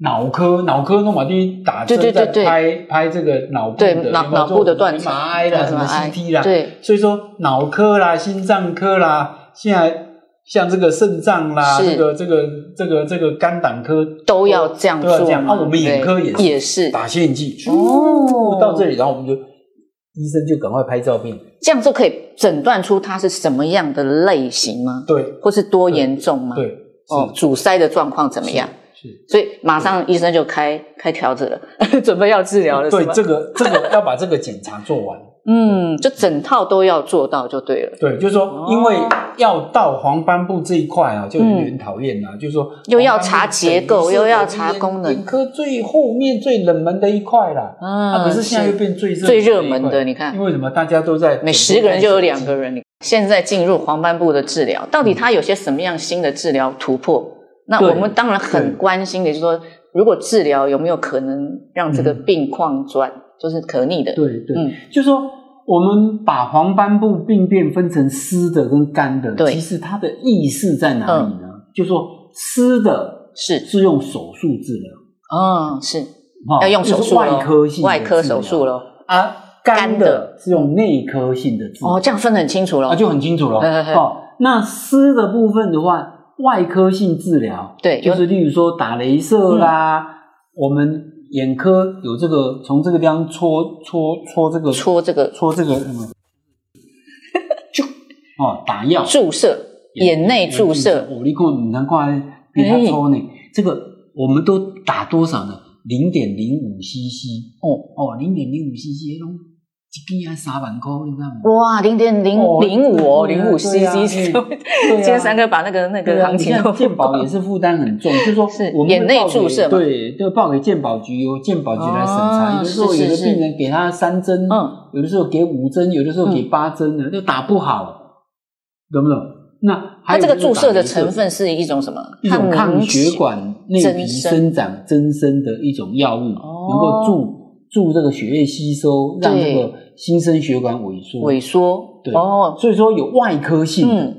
Speaker 2: 脑科脑科弄马第打针
Speaker 1: 对对对对
Speaker 2: 在拍拍这个脑部的
Speaker 1: 对
Speaker 2: 有没有
Speaker 1: 脑
Speaker 2: 做
Speaker 1: 脑部的断层啊哎
Speaker 2: MRI 啦，什么 CT 啦，，
Speaker 1: 对，
Speaker 2: 所以说脑科啦、心脏科啦，现在像这个肾脏啦，
Speaker 1: 是
Speaker 2: 这个这个这个这个肝胆科
Speaker 1: 都要这样
Speaker 2: 都要
Speaker 1: 做
Speaker 2: 这样。
Speaker 1: 嘛。
Speaker 2: 啊，我们眼科也
Speaker 1: 对也是
Speaker 2: 打显影剂，
Speaker 1: 哦
Speaker 2: 到这里，然后我们就医生就赶快拍照片，
Speaker 1: 这样就可以诊断出它是什么样的类型吗？
Speaker 2: 对
Speaker 1: 或是多严重吗？
Speaker 2: 对，是
Speaker 1: 哦，阻塞的状况怎么样？？
Speaker 2: 是是。
Speaker 1: 所以马上医生就开开条子了， 准备要治疗了，
Speaker 2: 对
Speaker 1: 是，吗
Speaker 2: 这个这个要把这个检查做完。
Speaker 1: 嗯，就整套都要做到就对了，
Speaker 2: 对，就是
Speaker 1: 哦
Speaker 2: 说，因为要到黄斑部这一块啊，就有
Speaker 1: 嗯
Speaker 2: 点讨厌啦。就是说，
Speaker 1: 又要
Speaker 2: 黄斑部
Speaker 1: 查结构
Speaker 2: 等于是
Speaker 1: 又要
Speaker 2: 我们
Speaker 1: 查
Speaker 2: 眼
Speaker 1: 功能
Speaker 2: 眼科最后面最冷门的一块啦。
Speaker 1: 嗯，
Speaker 2: 啊，可是现在又变最热
Speaker 1: 最热门
Speaker 2: 一块
Speaker 1: 的，你看
Speaker 2: 因为什么？大家都在
Speaker 1: 每
Speaker 2: 准
Speaker 1: 十
Speaker 2: 备
Speaker 1: 个人就有
Speaker 2: 看手
Speaker 1: 两个
Speaker 2: 机。
Speaker 1: 人。现在进入黄斑部的治疗，到底它有些什么样新的治疗突破？那
Speaker 2: 对
Speaker 1: 我们当然很关心的，就是说，如果治疗有没有可能让这个
Speaker 2: 嗯
Speaker 1: 病况转，就是可逆的？
Speaker 2: 对对，
Speaker 1: 嗯
Speaker 2: 就是说，我们把黄斑部病变分成湿的跟干的，
Speaker 1: 对嗯
Speaker 2: 其实它的意识在哪里呢？就是说，湿的
Speaker 1: 是，
Speaker 2: 是用手术治疗，
Speaker 1: 嗯，是
Speaker 2: 哦
Speaker 1: 要用手
Speaker 2: 就是
Speaker 1: 术咯
Speaker 2: 外科性的
Speaker 1: 外科
Speaker 2: 治
Speaker 1: 手
Speaker 2: 疗
Speaker 1: 术咯。
Speaker 2: 啊，
Speaker 1: 干
Speaker 2: 干
Speaker 1: 的
Speaker 2: 的是用内科性的治疗
Speaker 1: 哦，这样分得很清楚了
Speaker 2: 啊，。就很清楚了。
Speaker 1: 嘿嘿嘿
Speaker 2: 哦，那湿的部分的话，外科性治疗
Speaker 1: 对，
Speaker 2: 就
Speaker 1: 有
Speaker 2: 是例如说打镭
Speaker 1: 嗯
Speaker 2: 射啦，我们眼科有这个从这个地方戳戳戳这个
Speaker 1: 戳这个
Speaker 2: 戳这个什 么，就哦打药
Speaker 1: 注射，眼内注射，哎
Speaker 2: 我你看你能看被他戳呢，这个我们都打多少呢？零点零五 CC
Speaker 1: 哦
Speaker 2: 哦，零点零五 CC 拢一支还三万块，你知道吗？
Speaker 1: 哇，零点零零五哦，
Speaker 2: 对
Speaker 1: 零
Speaker 2: 啊
Speaker 1: 五
Speaker 2: 对啊
Speaker 1: cc 是
Speaker 2: 对啊 对啊
Speaker 1: 今天三哥把那个那
Speaker 2: 对
Speaker 1: 个
Speaker 2: 啊，
Speaker 1: 行
Speaker 2: 你
Speaker 1: 情
Speaker 2: 看
Speaker 1: 都
Speaker 2: 健保也是负担很重，就是说
Speaker 1: 是
Speaker 2: 我们
Speaker 1: 眼内
Speaker 2: 报给
Speaker 1: 注射嘛
Speaker 2: 对，都报给健保局，由健保局来审查。
Speaker 1: 哦
Speaker 2: 有的时候
Speaker 1: 是
Speaker 2: 有
Speaker 1: 是
Speaker 2: 的
Speaker 1: 是
Speaker 2: 病人给他三针，
Speaker 1: 嗯
Speaker 2: 有的时候给五针，有的时候给
Speaker 1: 嗯
Speaker 2: 八针的，就打不好，懂不懂？那
Speaker 1: 它
Speaker 2: 还有
Speaker 1: 这个
Speaker 2: 就是
Speaker 1: 注
Speaker 2: 打
Speaker 1: 射的
Speaker 2: 镭
Speaker 1: 成分是一种什么？
Speaker 2: 一种抗
Speaker 1: 凝
Speaker 2: 血
Speaker 1: 血
Speaker 2: 管内皮生长增生的一种药物，
Speaker 1: 哦
Speaker 2: 能够助助这个血液吸收，让
Speaker 1: 对
Speaker 2: 这个新生血管萎缩。
Speaker 1: 萎缩。
Speaker 2: 对
Speaker 1: 哦，
Speaker 2: 所以说有外科性的、
Speaker 1: 嗯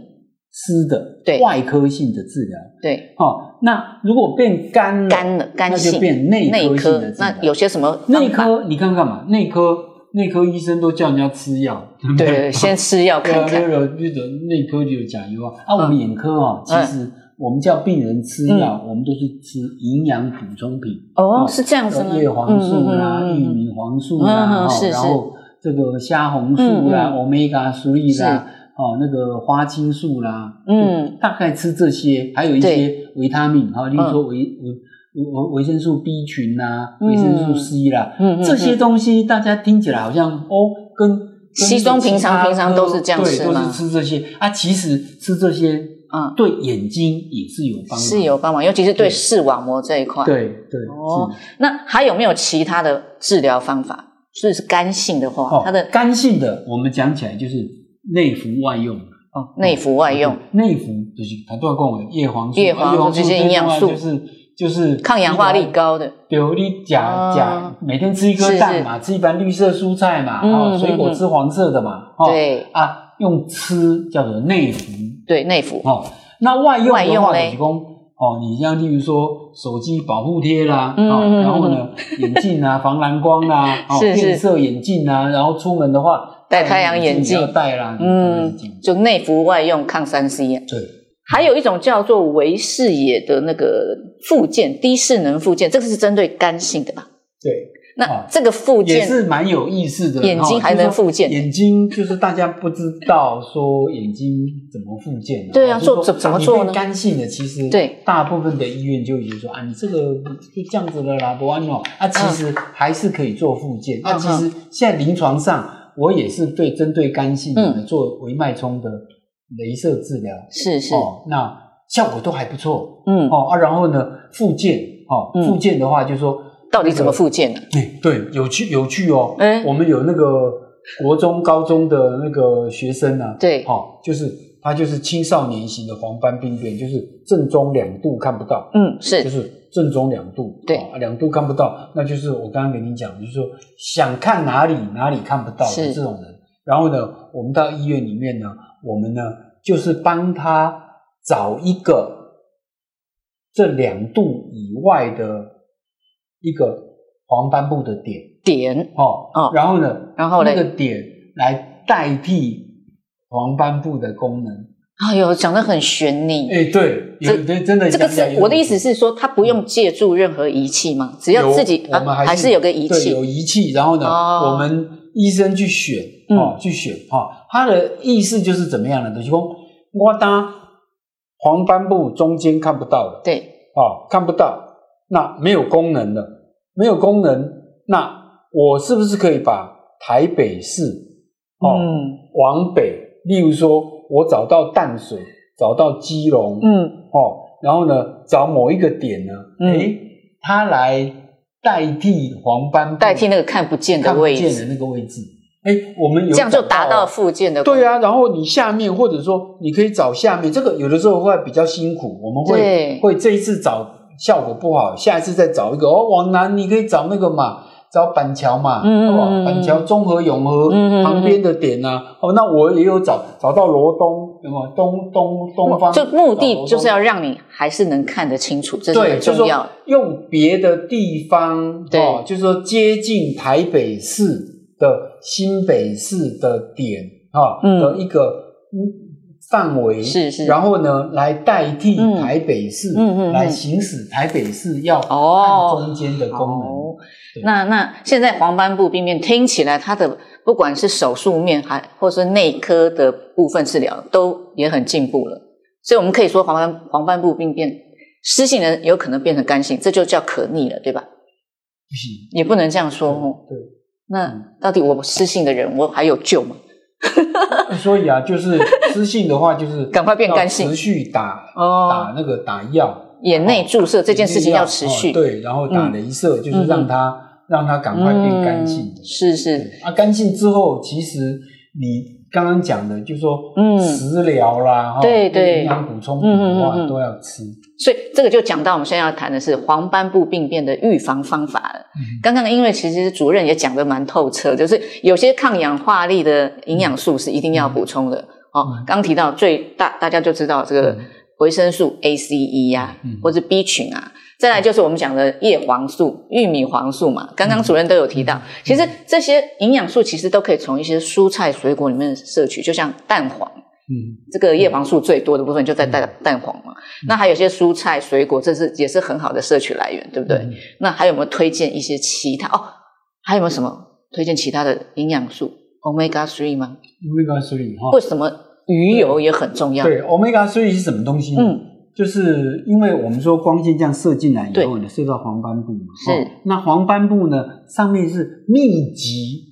Speaker 2: 湿的，
Speaker 1: 对
Speaker 2: 外科性的治疗。
Speaker 1: 对，
Speaker 2: 哦，那如果变干了，
Speaker 1: 肝了，肝
Speaker 2: 那
Speaker 1: 性
Speaker 2: 就变内
Speaker 1: 内
Speaker 2: 科性
Speaker 1: 科
Speaker 2: 的治疗。
Speaker 1: 那有些什么方法
Speaker 2: 内科，你看看嘛，内科内科医生都叫人家吃药，对不
Speaker 1: 对，先吃药
Speaker 2: 对
Speaker 1: 看
Speaker 2: 啊，
Speaker 1: 看。
Speaker 2: 有有那种内科就有讲油啊。啊，我们眼科哦，其实我们叫病人吃药，
Speaker 1: 嗯
Speaker 2: 我们都是吃营养补充品，
Speaker 1: 哦，
Speaker 2: 哦
Speaker 1: 是这样子吗？
Speaker 2: 有叶黄素啊啦、
Speaker 1: 嗯嗯嗯嗯嗯
Speaker 2: 玉米黄素啦，
Speaker 1: 嗯嗯
Speaker 2: 哦
Speaker 1: 是
Speaker 2: 然后这个虾红素啦、
Speaker 1: 嗯
Speaker 2: omega three 啦，哦，那个花青素啦，
Speaker 1: 嗯
Speaker 2: 就大概吃这些，还有一些维他命，哈，例如说维维维维生素 B 群啦、
Speaker 1: 嗯
Speaker 2: 维生素 C 啦，
Speaker 1: 嗯，嗯
Speaker 2: 这些东西大家听起来好像哦，跟跟
Speaker 1: 西装平常
Speaker 2: 其他
Speaker 1: 平常都是这样吃
Speaker 2: 对，都
Speaker 1: 吗
Speaker 2: 是吃这些啊，其实吃这些
Speaker 1: 嗯
Speaker 2: 对眼睛也是有帮
Speaker 1: 嗯
Speaker 2: 助，
Speaker 1: 是有帮忙，尤其是对
Speaker 2: 对
Speaker 1: 视网膜这一块。，
Speaker 2: 对对
Speaker 1: 哦
Speaker 2: 是
Speaker 1: 那还有没有其他的治疗方法？就是干性的话，
Speaker 2: 哦，
Speaker 1: 它的
Speaker 2: 干性的，我们讲起来就是内服外用哦
Speaker 1: 内服外用，
Speaker 2: 内服就是它都要跟我的叶黄素、
Speaker 1: 叶黄素
Speaker 2: 啊
Speaker 1: 这些营养素
Speaker 2: 就是就是
Speaker 1: 抗氧化力。高的，
Speaker 2: 比如你
Speaker 1: 啊
Speaker 2: 假假每天吃一颗蛋嘛，吃一盘绿色蔬菜嘛，
Speaker 1: 嗯
Speaker 2: 哦，水
Speaker 1: 嗯
Speaker 2: 果
Speaker 1: 嗯
Speaker 2: 吃黄色的嘛，哦
Speaker 1: 对
Speaker 2: 啊，用吃叫做内服
Speaker 1: 对内服。
Speaker 2: 哦。那外用
Speaker 1: 外
Speaker 2: 的
Speaker 1: 用
Speaker 2: 话，
Speaker 1: 嘞
Speaker 2: 就是讲哦，你像例如说手机保护贴啦，
Speaker 1: 嗯
Speaker 2: 哦
Speaker 1: 嗯嗯，
Speaker 2: 然后呢眼 镜啊，防蓝光啦，哦，
Speaker 1: 是是
Speaker 2: 变色眼镜啊，然后出门的话
Speaker 1: 戴太阳眼镜
Speaker 2: 也要戴啦，
Speaker 1: 嗯
Speaker 2: 嗯，，
Speaker 1: 就内服外用抗三 C 啊。
Speaker 2: 对，
Speaker 1: 还有一种叫做微视野的那个附件，低势能附件，这个是针对干性的吧？
Speaker 2: 对，
Speaker 1: 那
Speaker 2: 哦
Speaker 1: 这个附
Speaker 2: 也
Speaker 1: 件
Speaker 2: 是蛮有意思的，
Speaker 1: 眼睛
Speaker 2: 哦
Speaker 1: 还能复健
Speaker 2: 就是说眼睛就是大家不知道说眼睛怎么复健啊，
Speaker 1: 对啊
Speaker 2: 哦就是说
Speaker 1: 做怎怎么做呢
Speaker 2: 你对干性的其实
Speaker 1: 对
Speaker 2: 大部分的医院就已经说啊，你这个就这样子的啦，不安哦，啊，其实还是可以做复健，那
Speaker 1: 嗯
Speaker 2: 其实现在临床上我也是对针对干性的
Speaker 1: 嗯
Speaker 2: 做微脉冲的镭射治疗，
Speaker 1: 是是，
Speaker 2: 哦，那效果都还不错，
Speaker 1: 嗯，
Speaker 2: 哦啊，然后呢，复健哦
Speaker 1: 嗯，
Speaker 2: 复健的话就是说。
Speaker 1: 到底怎么附件呢？
Speaker 2: 哎，对，有趣有趣哦。
Speaker 1: 哎
Speaker 2: 我们有那个国中、高中的那个学生啊，
Speaker 1: 对，
Speaker 2: 好、就是他就是青少年型的黄斑病变，就是正中两度看不到，
Speaker 1: 嗯，
Speaker 2: 就是是正中两度，
Speaker 1: 对
Speaker 2: 哦两度看不到，那就是我刚刚给你讲，就是说想看哪里哪里看不到
Speaker 1: 是
Speaker 2: 的这种人。然后呢，我们到医院里面呢，我们呢就是帮他找一个这两度以外的一个黄斑部的点，
Speaker 1: 点，
Speaker 2: 哦，
Speaker 1: 哦
Speaker 2: 然后呢，
Speaker 1: 然后嘞
Speaker 2: 那个点来代替黄斑部的功能。
Speaker 1: 哎呦，讲的很玄呢。
Speaker 2: 哎，对，
Speaker 1: 这
Speaker 2: 有对真的
Speaker 1: 这个
Speaker 2: 讲起来
Speaker 1: 是
Speaker 2: 有
Speaker 1: 我的意思是说，他不用借助任何仪器吗？只要
Speaker 2: 有
Speaker 1: 自己
Speaker 2: 我们
Speaker 1: 啊，还
Speaker 2: 是
Speaker 1: 是有个仪
Speaker 2: 对
Speaker 1: 器
Speaker 2: 有仪器，然后呢，
Speaker 1: 哦嗯
Speaker 2: 我们医生去选哦，去选哦，他的意思就是怎么样呢？就是说，我当黄斑部中间看不到了。
Speaker 1: 对，
Speaker 2: 哦，看不到，那没有功能了，没有功能，那我是不是可以把台北市哦、
Speaker 1: 嗯
Speaker 2: 往北，例如说我找到淡水，找到基隆，
Speaker 1: 嗯，
Speaker 2: 哦，然后呢找某一个点呢，
Speaker 1: 嗯
Speaker 2: 诶、它来代替黄斑部
Speaker 1: 代替那个看不见的
Speaker 2: 看不
Speaker 1: 位
Speaker 2: 见的
Speaker 1: 置，
Speaker 2: 那个位置，诶，我们有
Speaker 1: 这样就
Speaker 2: 找
Speaker 1: 达
Speaker 2: 到
Speaker 1: 到
Speaker 2: 哦
Speaker 1: 附件的
Speaker 2: 对啊，然后你下面或者说你可以找下面，这个有的时候会比较辛苦，我们
Speaker 1: 对
Speaker 2: 会会这一次找效果不好，下一次再找一个哦，往南你可以找那个嘛，找板桥嘛，
Speaker 1: 嗯
Speaker 2: 好不好
Speaker 1: 嗯嗯
Speaker 2: 板桥中和永和、
Speaker 1: 嗯嗯嗯
Speaker 2: 旁边的点呐、啊，哦，那我也有找找到罗东，有没有东东东方？
Speaker 1: 就目
Speaker 2: 找
Speaker 1: 的
Speaker 2: 罗
Speaker 1: 就是
Speaker 2: 东
Speaker 1: 要让你还是能看得清楚，这是
Speaker 2: 对，
Speaker 1: 很
Speaker 2: 就
Speaker 1: 重
Speaker 2: 说
Speaker 1: 要的。
Speaker 2: 用别的地方，
Speaker 1: 对
Speaker 2: 哦，就是说接近台北市的新北市的点，哈、
Speaker 1: 嗯
Speaker 2: 的一个嗯范围
Speaker 1: 是是
Speaker 2: 然后呢，来代替
Speaker 1: 嗯
Speaker 2: 台北市，
Speaker 1: 嗯嗯嗯
Speaker 2: 来行使台北市要
Speaker 1: 哦
Speaker 2: 看中间的功能。
Speaker 1: 哦
Speaker 2: 对
Speaker 1: 那那现在黄斑部病变听起来，它的不管是手术面还或是内科的部分治疗，都也很进步了。所以我们可以说黄斑黄斑部病变湿性人有可能变成干性，这就叫可逆了，对吧？
Speaker 2: 不行，
Speaker 1: 也不能这样说哦。
Speaker 2: 对。
Speaker 1: 那到底我湿性的人，我还有救吗？
Speaker 2: 所以 啊，就是湿性的话，就是
Speaker 1: 赶快变干性
Speaker 2: 要持续打
Speaker 1: 哦
Speaker 2: 打，那个打药，
Speaker 1: 眼内注射这件事情要持续，
Speaker 2: 哦对，然后打镭射就是让它让它赶
Speaker 1: 嗯，
Speaker 2: 快变干性。
Speaker 1: 是是，
Speaker 2: 啊，干性之后，其实你刚刚讲的，就是说，
Speaker 1: 嗯
Speaker 2: 食疗啦，哈
Speaker 1: 对对
Speaker 2: 营养补充品的话、
Speaker 1: 嗯嗯嗯嗯
Speaker 2: 都要吃。
Speaker 1: 所以这个就讲到我们现在要谈的是黄斑部病变的预防方法了。
Speaker 2: 嗯
Speaker 1: 刚刚因为其实主任也讲得蛮透彻，就是有些抗氧化力的营养素是一定要补充的。哦
Speaker 2: 嗯，
Speaker 1: 刚提到最大大家就知道这个
Speaker 2: 嗯
Speaker 1: 维生素 A、C、E 呀、
Speaker 2: 嗯
Speaker 1: 或者 B 群啊。再来就是我们讲的叶黄素、玉米黄素嘛，刚刚主任都有提
Speaker 2: 嗯
Speaker 1: 到。其实这些营养素其实都可以从一些蔬菜水果里面摄取，就像蛋黄，
Speaker 2: 嗯
Speaker 1: 这个叶黄素最多的部分就在蛋蛋黄嘛。那还有一些蔬菜水果，这是也是很好的摄取来源，对不对？
Speaker 2: 嗯
Speaker 1: 那还有没有推荐一些其他？哦，还有没有什么推荐其他的营养素？Omega three 吗？
Speaker 2: ，omega three 哈
Speaker 1: 为，什么鱼油也很重要？
Speaker 2: 对，omega three 是什么东西呢？
Speaker 1: 嗯，
Speaker 2: 就是因为我们说光线这样射进来以后呢，射到黄斑部嘛，
Speaker 1: 是
Speaker 2: 哦那黄斑部呢上面是密集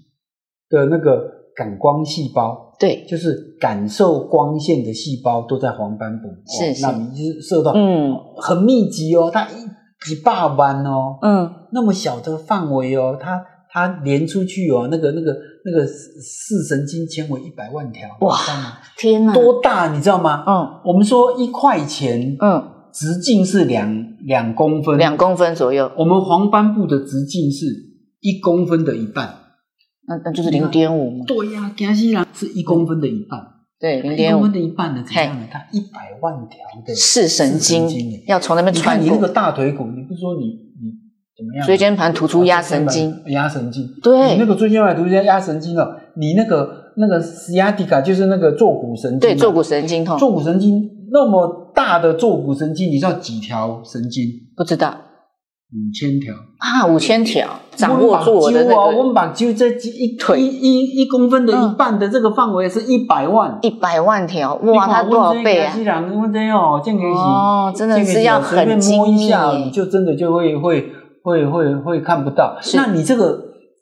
Speaker 2: 的那个感光细胞，
Speaker 1: 对，
Speaker 2: 就是感受光线的细胞都在黄斑部，
Speaker 1: 是是
Speaker 2: 那你就是射到
Speaker 1: 嗯
Speaker 2: 很密集哦，它一几霸弯哦，
Speaker 1: 嗯，
Speaker 2: 那么小的范围哦，它它连出去哦，那个那个那个视神经纤维一百万条，
Speaker 1: 哇
Speaker 2: 你知道吗
Speaker 1: 天哪，
Speaker 2: 多大你知道吗？
Speaker 1: 嗯
Speaker 2: 我们说一块钱，
Speaker 1: 嗯，
Speaker 2: 直径是两两公分，
Speaker 1: 两公分左右，
Speaker 2: 我们黄斑部的直径是一公分的一半。
Speaker 1: 那那就是零点五嘛，
Speaker 2: 对呀、江西人是一公分的一半，
Speaker 1: 对，零
Speaker 2: 一
Speaker 1: 点
Speaker 2: 公
Speaker 1: 五
Speaker 2: 哎分的一半呢？怎样呢？它一百万条的
Speaker 1: 视神
Speaker 2: 视神经
Speaker 1: 经要从那边
Speaker 2: 你看
Speaker 1: 穿
Speaker 2: 你那
Speaker 1: 过，
Speaker 2: 个大腿骨，你不是说你你怎么样？
Speaker 1: 椎间盘突出压神经，，
Speaker 2: 啊压神经。
Speaker 1: 对
Speaker 2: 你那个椎间盘突出压神经哦，你那个那个 sciatica 就是那个坐骨神经嘛，啊
Speaker 1: 对，坐骨神经痛，
Speaker 2: 坐骨神经那么大的坐骨神经，你知道几条神经？
Speaker 1: 不知道
Speaker 2: 五千条。
Speaker 1: 啊，五千条，掌握住我的
Speaker 2: 我
Speaker 1: 那
Speaker 2: 们
Speaker 1: 个
Speaker 2: 把揪这一
Speaker 1: 腿
Speaker 2: 一一一公分的
Speaker 1: 嗯
Speaker 2: 一半的这个范围是一百万。
Speaker 1: 一百万条，哇，它多少倍啊
Speaker 2: 是？两问真哦，健康
Speaker 1: 哦真的是要很
Speaker 2: 随便摸一下
Speaker 1: 精，密
Speaker 2: 你就真的就会会会会会看不到。
Speaker 1: 是
Speaker 2: 那你这个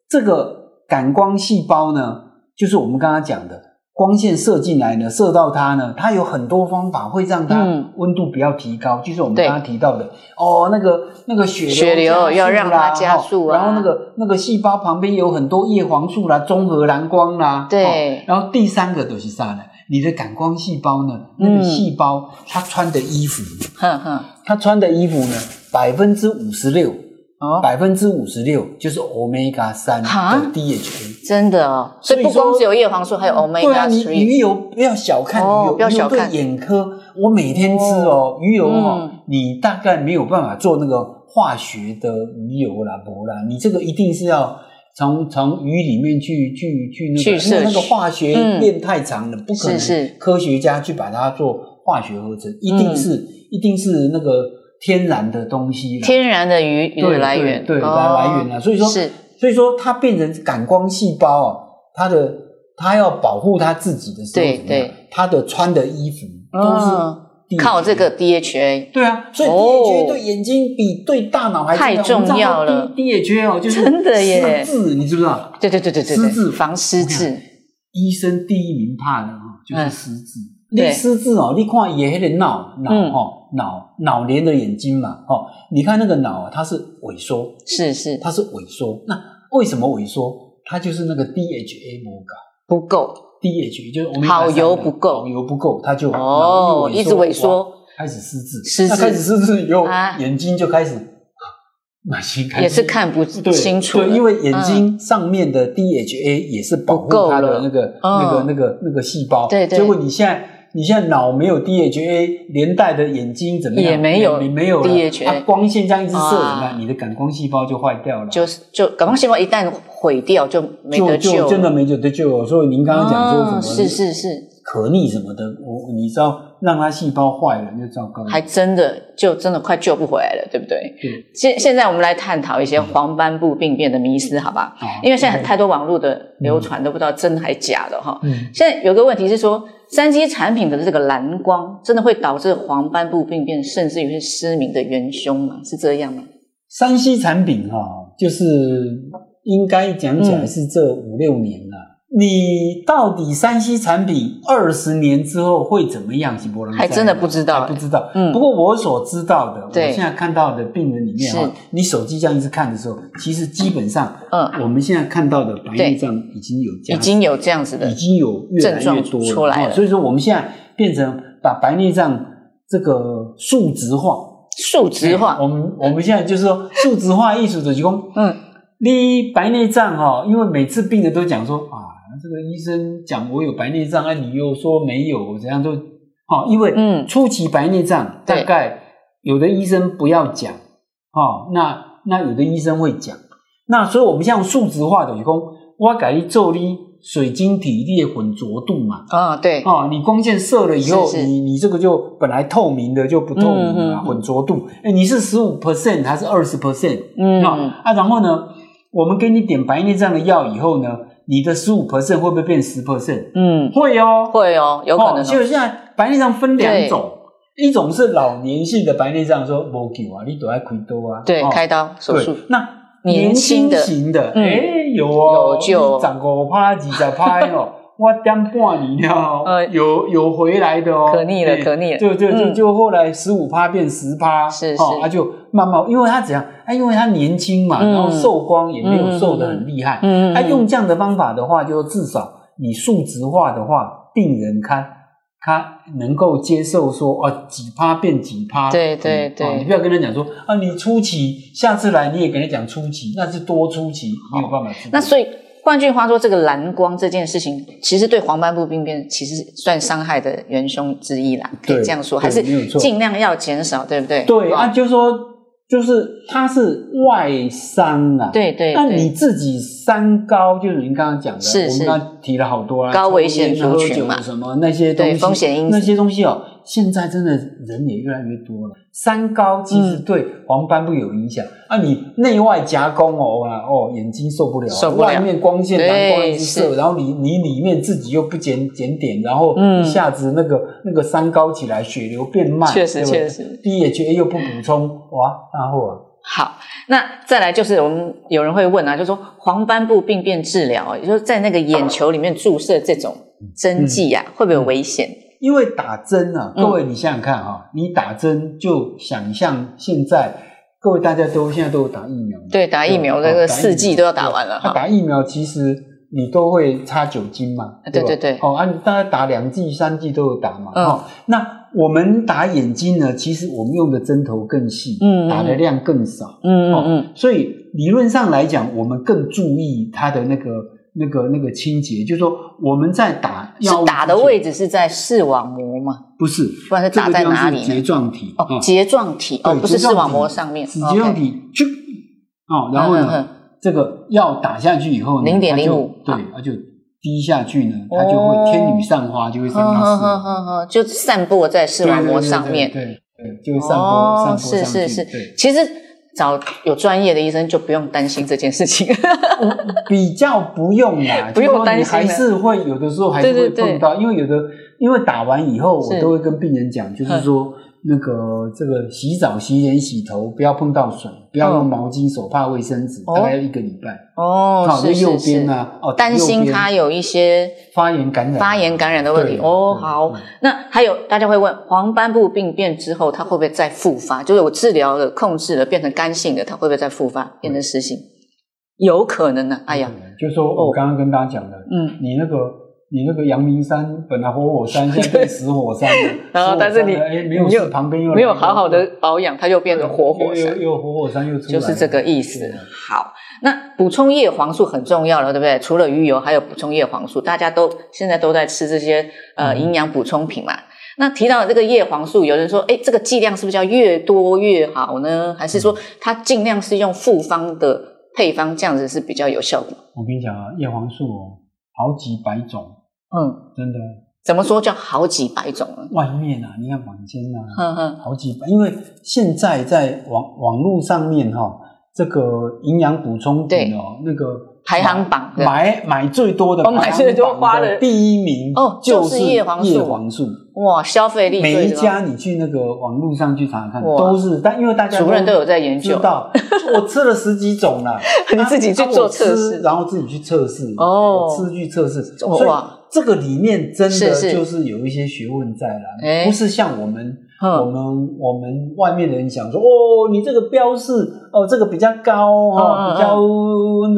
Speaker 2: 这个感光细胞呢，就是我们刚刚讲的。光线射进来呢，射到它呢，它有很多方法会让它
Speaker 1: 嗯
Speaker 2: 温度不要提高，就是我们
Speaker 1: 对
Speaker 2: 刚刚提到的哦，那个那个血流
Speaker 1: 血流
Speaker 2: 加速
Speaker 1: 要让
Speaker 2: 啦
Speaker 1: 它加
Speaker 2: 哦
Speaker 1: 速啊
Speaker 2: 然后那个那个细胞旁边有很多叶黄素啦、综合蓝光啦，哦
Speaker 1: 对，
Speaker 2: 然后第三个就是啥呢？你的感光细胞呢？那
Speaker 1: 嗯
Speaker 2: 个细胞它穿的衣服，
Speaker 1: 哼哼，
Speaker 2: 它穿的衣服呢，百分之五十六，
Speaker 1: 哦，
Speaker 2: 百分之五十六就是 omega 三
Speaker 1: 哈
Speaker 2: 的 DHA。
Speaker 1: 真的哦，所以不
Speaker 2: 所以
Speaker 1: 光
Speaker 2: 说
Speaker 1: 只有叶黄素，还有
Speaker 2: 对啊，
Speaker 1: omega
Speaker 2: 你
Speaker 1: three，
Speaker 2: 鱼油不要小看鱼
Speaker 1: 哦
Speaker 2: 油，
Speaker 1: 不要
Speaker 2: 鱼油
Speaker 1: 小
Speaker 2: 对
Speaker 1: 看
Speaker 2: 眼科，我每天吃哦，鱼油哦，你大概没有办法做那个化学的鱼油啦、不啦，你这个一定是要从从鱼里面去去去那
Speaker 1: 去
Speaker 2: 个，因为
Speaker 1: 摄
Speaker 2: 那个
Speaker 1: 取
Speaker 2: 化学
Speaker 1: 嗯
Speaker 2: 链太长了，不可能
Speaker 1: 是是
Speaker 2: 科学家去把它做化学合成，一定是、
Speaker 1: 嗯
Speaker 2: 一定是那个天然的东西啦，
Speaker 1: 天然的鱼鱼
Speaker 2: 对
Speaker 1: 的来源，
Speaker 2: 对对
Speaker 1: 哦
Speaker 2: 来来源啊所以说
Speaker 1: 是
Speaker 2: 所以说它变成感光细胞哦，它的它要保护它自己的时候
Speaker 1: 对
Speaker 2: 怎么样
Speaker 1: 对，
Speaker 2: 它的穿的衣服都是、
Speaker 1: 嗯靠这。个 DHA，
Speaker 2: 对啊，所以
Speaker 1: 哦
Speaker 2: DHA 对眼睛比对大脑还
Speaker 1: 太重要了
Speaker 2: 我们知道 DHA 哦，就是
Speaker 1: 真的耶
Speaker 2: 失智，你知不知道？
Speaker 1: 对对对对对
Speaker 2: 失
Speaker 1: 对，
Speaker 2: 智
Speaker 1: 防失智，
Speaker 2: 医生第一名怕的哦，就是
Speaker 1: 嗯
Speaker 2: 失智。
Speaker 1: 对
Speaker 2: 你失智哦，你看也那个脑脑
Speaker 1: 嗯
Speaker 2: 哦，脑脑连着眼睛嘛哦，你看那个脑啊，它是萎缩，
Speaker 1: 是是
Speaker 2: 它是萎缩。那为什么萎缩？它就是那个 DHA 不高。
Speaker 1: 不够
Speaker 2: DHA 就是我们
Speaker 1: 好油不够
Speaker 2: 好油不够，它就
Speaker 1: 哦，一直萎，
Speaker 2: 然后
Speaker 1: 缩
Speaker 2: 开始失智，
Speaker 1: 失智
Speaker 2: 那开始失智以后
Speaker 1: 啊，
Speaker 2: 眼睛就开始满心开始
Speaker 1: 也是看不
Speaker 2: 对
Speaker 1: 清楚了，
Speaker 2: 对，因为眼睛上面的 DHA 也是保护
Speaker 1: 不够
Speaker 2: 它
Speaker 1: 了嗯
Speaker 2: 的那个那个那个那个细胞，
Speaker 1: 对对
Speaker 2: 结果你现在。你现在脑没有 DHA，连带的眼睛怎么样？
Speaker 1: 也没有
Speaker 2: 你没有了
Speaker 1: DHA
Speaker 2: 啊光线这样一直射，怎么
Speaker 1: 啊
Speaker 2: 样？你的感光细胞就坏掉了，
Speaker 1: 就是就感光细胞一旦毁掉就没
Speaker 2: 就
Speaker 1: 得救
Speaker 2: 就
Speaker 1: 了，
Speaker 2: 真的没得救了。所以您刚刚讲说什么？
Speaker 1: 哦是是是，
Speaker 2: 可逆什么的，我你知道让它细胞坏了那就糟糕了。
Speaker 1: 还真的就真的快救不回来了，对不对？
Speaker 2: 嗯对
Speaker 1: 现现在我们来探讨一些黄斑部病变的迷思，好吧？
Speaker 2: 好
Speaker 1: 因为现在很太多网络的流传都不知道真的还假的哈。
Speaker 2: 哦嗯
Speaker 1: 现在有个问题是说，三 C 产品的这个蓝光真的会导致黄斑部病变，甚至于是失明的元凶吗？是这样吗？
Speaker 2: 山西产品哈、就是应该讲起来是这五六年了。你到底山西产品二十年之后会怎么样？博人
Speaker 1: 还真的不知道
Speaker 2: 不知道。
Speaker 1: 嗯
Speaker 2: 不过我所知道的，我
Speaker 1: 对
Speaker 2: 现在看到的病人里面哈、
Speaker 1: 是
Speaker 2: 你手机这样一直看的时候，其实基本上
Speaker 1: 嗯，
Speaker 2: 我们现在看到的白
Speaker 1: 对
Speaker 2: 内障已经有加
Speaker 1: 已经有这样子的
Speaker 2: 已，经有越来越
Speaker 1: 症
Speaker 2: 多
Speaker 1: 状
Speaker 2: 了
Speaker 1: 出来了
Speaker 2: 哦所以说我们现在变成把白内障这个数值化，
Speaker 1: 数值
Speaker 2: 哎
Speaker 1: 化，
Speaker 2: 我们我们现在就是说数值化艺术的提供。
Speaker 1: 嗯，
Speaker 2: 你白内障哈、哦，因为每次病人都讲说啊，这个医生讲我有白内障，啊，你又说没有，怎样都哦，因为
Speaker 1: 嗯
Speaker 2: 初期白内障
Speaker 1: 对
Speaker 2: 大概有的医生不要讲哦，那那有的医生会讲，那所以我们像数值化的，就讲我改做你水晶体你的混浊度嘛。
Speaker 1: 啊，对，
Speaker 2: 哦，你光线射了以后，
Speaker 1: 是是
Speaker 2: 你你这个就本来透明的就不透明了、
Speaker 1: 嗯嗯
Speaker 2: 啊，
Speaker 1: 嗯
Speaker 2: 混浊度，哎，你是十五 percent 还是二十 percent？
Speaker 1: 嗯，
Speaker 2: 啊啊，然后呢，我们给你点白内障的药以后呢，你的十五 percent 会不会变十 percent？
Speaker 1: 嗯，
Speaker 2: 会哦，
Speaker 1: 会哦，有可
Speaker 2: 哦
Speaker 1: 能
Speaker 2: 就
Speaker 1: 哦，
Speaker 2: 是现在白内障分两种，一种是老年性的白内障，说没救啊，你都要开刀啊，
Speaker 1: 对
Speaker 2: 哦，
Speaker 1: 开刀手
Speaker 2: 对
Speaker 1: 术，
Speaker 2: 那
Speaker 1: 年
Speaker 2: 年
Speaker 1: 轻
Speaker 2: 轻
Speaker 1: 的
Speaker 2: 型的，
Speaker 1: 嗯
Speaker 2: 哎，有哦，
Speaker 1: 有救
Speaker 2: 长五趴几十趴 哦，我点半年哦，
Speaker 1: 呃
Speaker 2: 有有回来的哦，
Speaker 1: 可逆了，
Speaker 2: 哎
Speaker 1: 可逆了，
Speaker 2: 就就就
Speaker 1: 嗯
Speaker 2: 就后来十五趴变十趴，
Speaker 1: 是
Speaker 2: 哦
Speaker 1: 是
Speaker 2: 他就慢慢，因为他怎样？他因为他年轻嘛，
Speaker 1: 嗯
Speaker 2: 然后受光也没有受得很厉害，
Speaker 1: 嗯，嗯
Speaker 2: 他用这样的方法的话，就至少你数值化的话，病人看他能够接受说哦几趴变几趴，
Speaker 1: 对对
Speaker 2: 嗯
Speaker 1: 对
Speaker 2: 哦你不要跟他讲说啊你初期，下次来你也跟他讲初期，那是多初期，没有办法治。
Speaker 1: 哦那所以换句话说，这个蓝光这件事情，其实对黄斑部病变其实算伤害的元凶之一啦，可以
Speaker 2: 对
Speaker 1: 这样说，
Speaker 2: 对
Speaker 1: 还是
Speaker 2: 没有错
Speaker 1: 尽量要减少，对不对？
Speaker 2: 对啊，
Speaker 1: 啊，
Speaker 2: 就说就是它是外伤啊，。
Speaker 1: 对对
Speaker 2: 那你
Speaker 1: 哎对，
Speaker 2: 自己三高，就是您刚刚讲的，
Speaker 1: 是是
Speaker 2: 我们刚刚提了好多啦，
Speaker 1: 高危
Speaker 2: 抽烟
Speaker 1: 险族群嘛
Speaker 2: 喝酒什么那些东西，
Speaker 1: 对风险因子
Speaker 2: 那些东西哦，现在真的人也越来越多了。三高其实对黄斑部有影响、啊，你内外夹攻哦，哇哦，眼睛受不了啊，
Speaker 1: 受不了
Speaker 2: 外面光线
Speaker 1: 对
Speaker 2: 蓝光一直射，
Speaker 1: 是
Speaker 2: 然后你你里面自己又不检检点，然后
Speaker 1: 嗯
Speaker 2: 一下子那个、那个三高起来，血流变慢，
Speaker 1: 确实
Speaker 2: 对不对
Speaker 1: 确实。
Speaker 2: ，DHA 又不补充，哇，那后啊，
Speaker 1: 好，那再来就是我们有人会问啊，就说黄斑部病变治疗，也就是在那个眼球里面注射这种
Speaker 2: 嗯
Speaker 1: 针剂啊，会不会有危险？
Speaker 2: 因为打针啊，
Speaker 1: 嗯
Speaker 2: 各位你想想看啊，你打针就想象现在各位大家都现在都有打疫苗嘛，
Speaker 1: 对，打疫苗
Speaker 2: 哦
Speaker 1: 这
Speaker 2: 打疫
Speaker 1: 个四剂都要打完了
Speaker 2: 对啊
Speaker 1: 哈，
Speaker 2: 打疫苗其实你都会擦酒精嘛，
Speaker 1: 对
Speaker 2: 吧
Speaker 1: 对对
Speaker 2: 哦，啊，你大概打两剂、三剂都有打嘛，
Speaker 1: 嗯
Speaker 2: 哦，那我们打眼睛呢，其实我们用的针头更细，
Speaker 1: 嗯嗯嗯
Speaker 2: 打的量更少，
Speaker 1: 嗯
Speaker 2: 哦
Speaker 1: 嗯嗯，
Speaker 2: 所以理论上来讲，我们更注意它的那个。那个那个清洁，就是说我们在打药
Speaker 1: 是
Speaker 2: 物
Speaker 1: 打
Speaker 2: 之
Speaker 1: 的
Speaker 2: 前
Speaker 1: 位置是在视网膜嘛，
Speaker 2: 不是，
Speaker 1: 不然是打在哪里呢
Speaker 2: 这个地方是睫状体
Speaker 1: 哦，睫状体哦，
Speaker 2: 嗯对
Speaker 1: 不是
Speaker 2: 睫
Speaker 1: 视
Speaker 2: 状体
Speaker 1: 网膜上面，
Speaker 2: 睫
Speaker 1: 哦
Speaker 2: 状
Speaker 1: OK
Speaker 2: 体就哦，然后
Speaker 1: 嗯嗯
Speaker 2: 呢，这个药打下去以后
Speaker 1: 0.05
Speaker 2: 呢，它就
Speaker 1: 啊
Speaker 2: 对，它就滴下去呢，它就会天女散花，就会
Speaker 1: 呵
Speaker 2: 散
Speaker 1: 呵呵
Speaker 2: 到
Speaker 1: 呵呵，嗯就散布在视
Speaker 2: 视
Speaker 1: 网膜上面。
Speaker 2: 对对对，对就会散播散播
Speaker 1: 是
Speaker 2: 上去。
Speaker 1: 是是
Speaker 2: 对，，
Speaker 1: 其实找有专业的医生就不用担心这件事 情。
Speaker 2: 比较不用啦，
Speaker 1: 不用
Speaker 2: 就是说
Speaker 1: 担
Speaker 2: 你
Speaker 1: 心
Speaker 2: 还是会有的时候还是
Speaker 1: 对对
Speaker 2: 会
Speaker 1: 对
Speaker 2: 碰到，因为有的因为打完以后，我
Speaker 1: 是嗯
Speaker 2: 都会跟病人讲，就是说。那个这个洗澡、洗脸、洗头，不要碰到水，不要用
Speaker 1: 嗯
Speaker 2: 毛巾、手帕、卫生纸，
Speaker 1: 哦
Speaker 2: 大概要一个礼拜。
Speaker 1: 哦，
Speaker 2: 好，就是右
Speaker 1: 是
Speaker 2: 边
Speaker 1: 是，
Speaker 2: 啊，哦，
Speaker 1: 担
Speaker 2: 右
Speaker 1: 心
Speaker 2: 边
Speaker 1: 它有一些
Speaker 2: 发炎感染、
Speaker 1: 发炎感染的问题。
Speaker 2: 对
Speaker 1: 哦，
Speaker 2: 对
Speaker 1: 好
Speaker 2: 对。
Speaker 1: 那还有大家会问，黄斑部病变之后，它会不会再复发？就是我治疗了、控制了，变成干性的，它会不会再复发，变成湿性？有可能呢。哎呀，
Speaker 2: 就是说我刚刚跟大家讲的，
Speaker 1: 嗯，
Speaker 2: 你那个。你那个阳明山本来活 火山，现在变死火山了。
Speaker 1: 然后
Speaker 2: 死火山了
Speaker 1: 但是你
Speaker 2: 哎，没有
Speaker 1: 你
Speaker 2: 事
Speaker 1: 又
Speaker 2: 旁边又
Speaker 1: 没有
Speaker 2: 来一个
Speaker 1: 好好的保养，它又变成活火山
Speaker 2: 又。又又活火山又出来
Speaker 1: 就
Speaker 2: 了，
Speaker 1: 是这个意思
Speaker 2: 对。
Speaker 1: 好，那补充叶黄素很重要了，对不对？除了鱼油，还有补充叶黄素，大家都现在都在吃这些呃
Speaker 2: 嗯
Speaker 1: 营养补充品嘛。那提到这个叶黄素，有人说，哎，这个剂量是不是要越多越好呢？还是说
Speaker 2: 嗯
Speaker 1: 它尽量是用复方的配方，这样子是比较有效果？
Speaker 2: 我跟你讲啊，叶黄素哦，好几百种，
Speaker 1: 嗯，
Speaker 2: 真的。
Speaker 1: 怎么说叫好几百种呢？
Speaker 2: 外面啊，你看坊间啊，
Speaker 1: 哼哼，
Speaker 2: 好几百，因为现在在网网络上面哈、这个营养补充品哦，那个
Speaker 1: 排行榜的
Speaker 2: 买买最多的
Speaker 1: 哦
Speaker 2: 排行榜的，
Speaker 1: 买最多花的
Speaker 2: 第一名
Speaker 1: 哦
Speaker 2: 就
Speaker 1: 就是
Speaker 2: 是
Speaker 1: 叶黄素
Speaker 2: 叶黄素。
Speaker 1: 哇，消费力
Speaker 2: 每
Speaker 1: 最
Speaker 2: 一
Speaker 1: 高
Speaker 2: 家你去那个网络上去查看，
Speaker 1: 哇
Speaker 2: 都是，但因为大家
Speaker 1: 主任都有在研
Speaker 2: 知
Speaker 1: 究，
Speaker 2: 道，我吃了十几种了，
Speaker 1: 你自己去做
Speaker 2: 啊我吃
Speaker 1: 测试
Speaker 2: 然后自己去测试，
Speaker 1: 哦
Speaker 2: 我吃去测试，
Speaker 1: 哇
Speaker 2: 所以这个里面真
Speaker 1: 是是
Speaker 2: 的就是有一些学问在啦
Speaker 1: 哎，
Speaker 2: 不是像我们。我
Speaker 1: 嗯，
Speaker 2: 们我们外面的人想说，哦，你这个标示哦，这个比较高
Speaker 1: 嗯嗯
Speaker 2: 哦，比较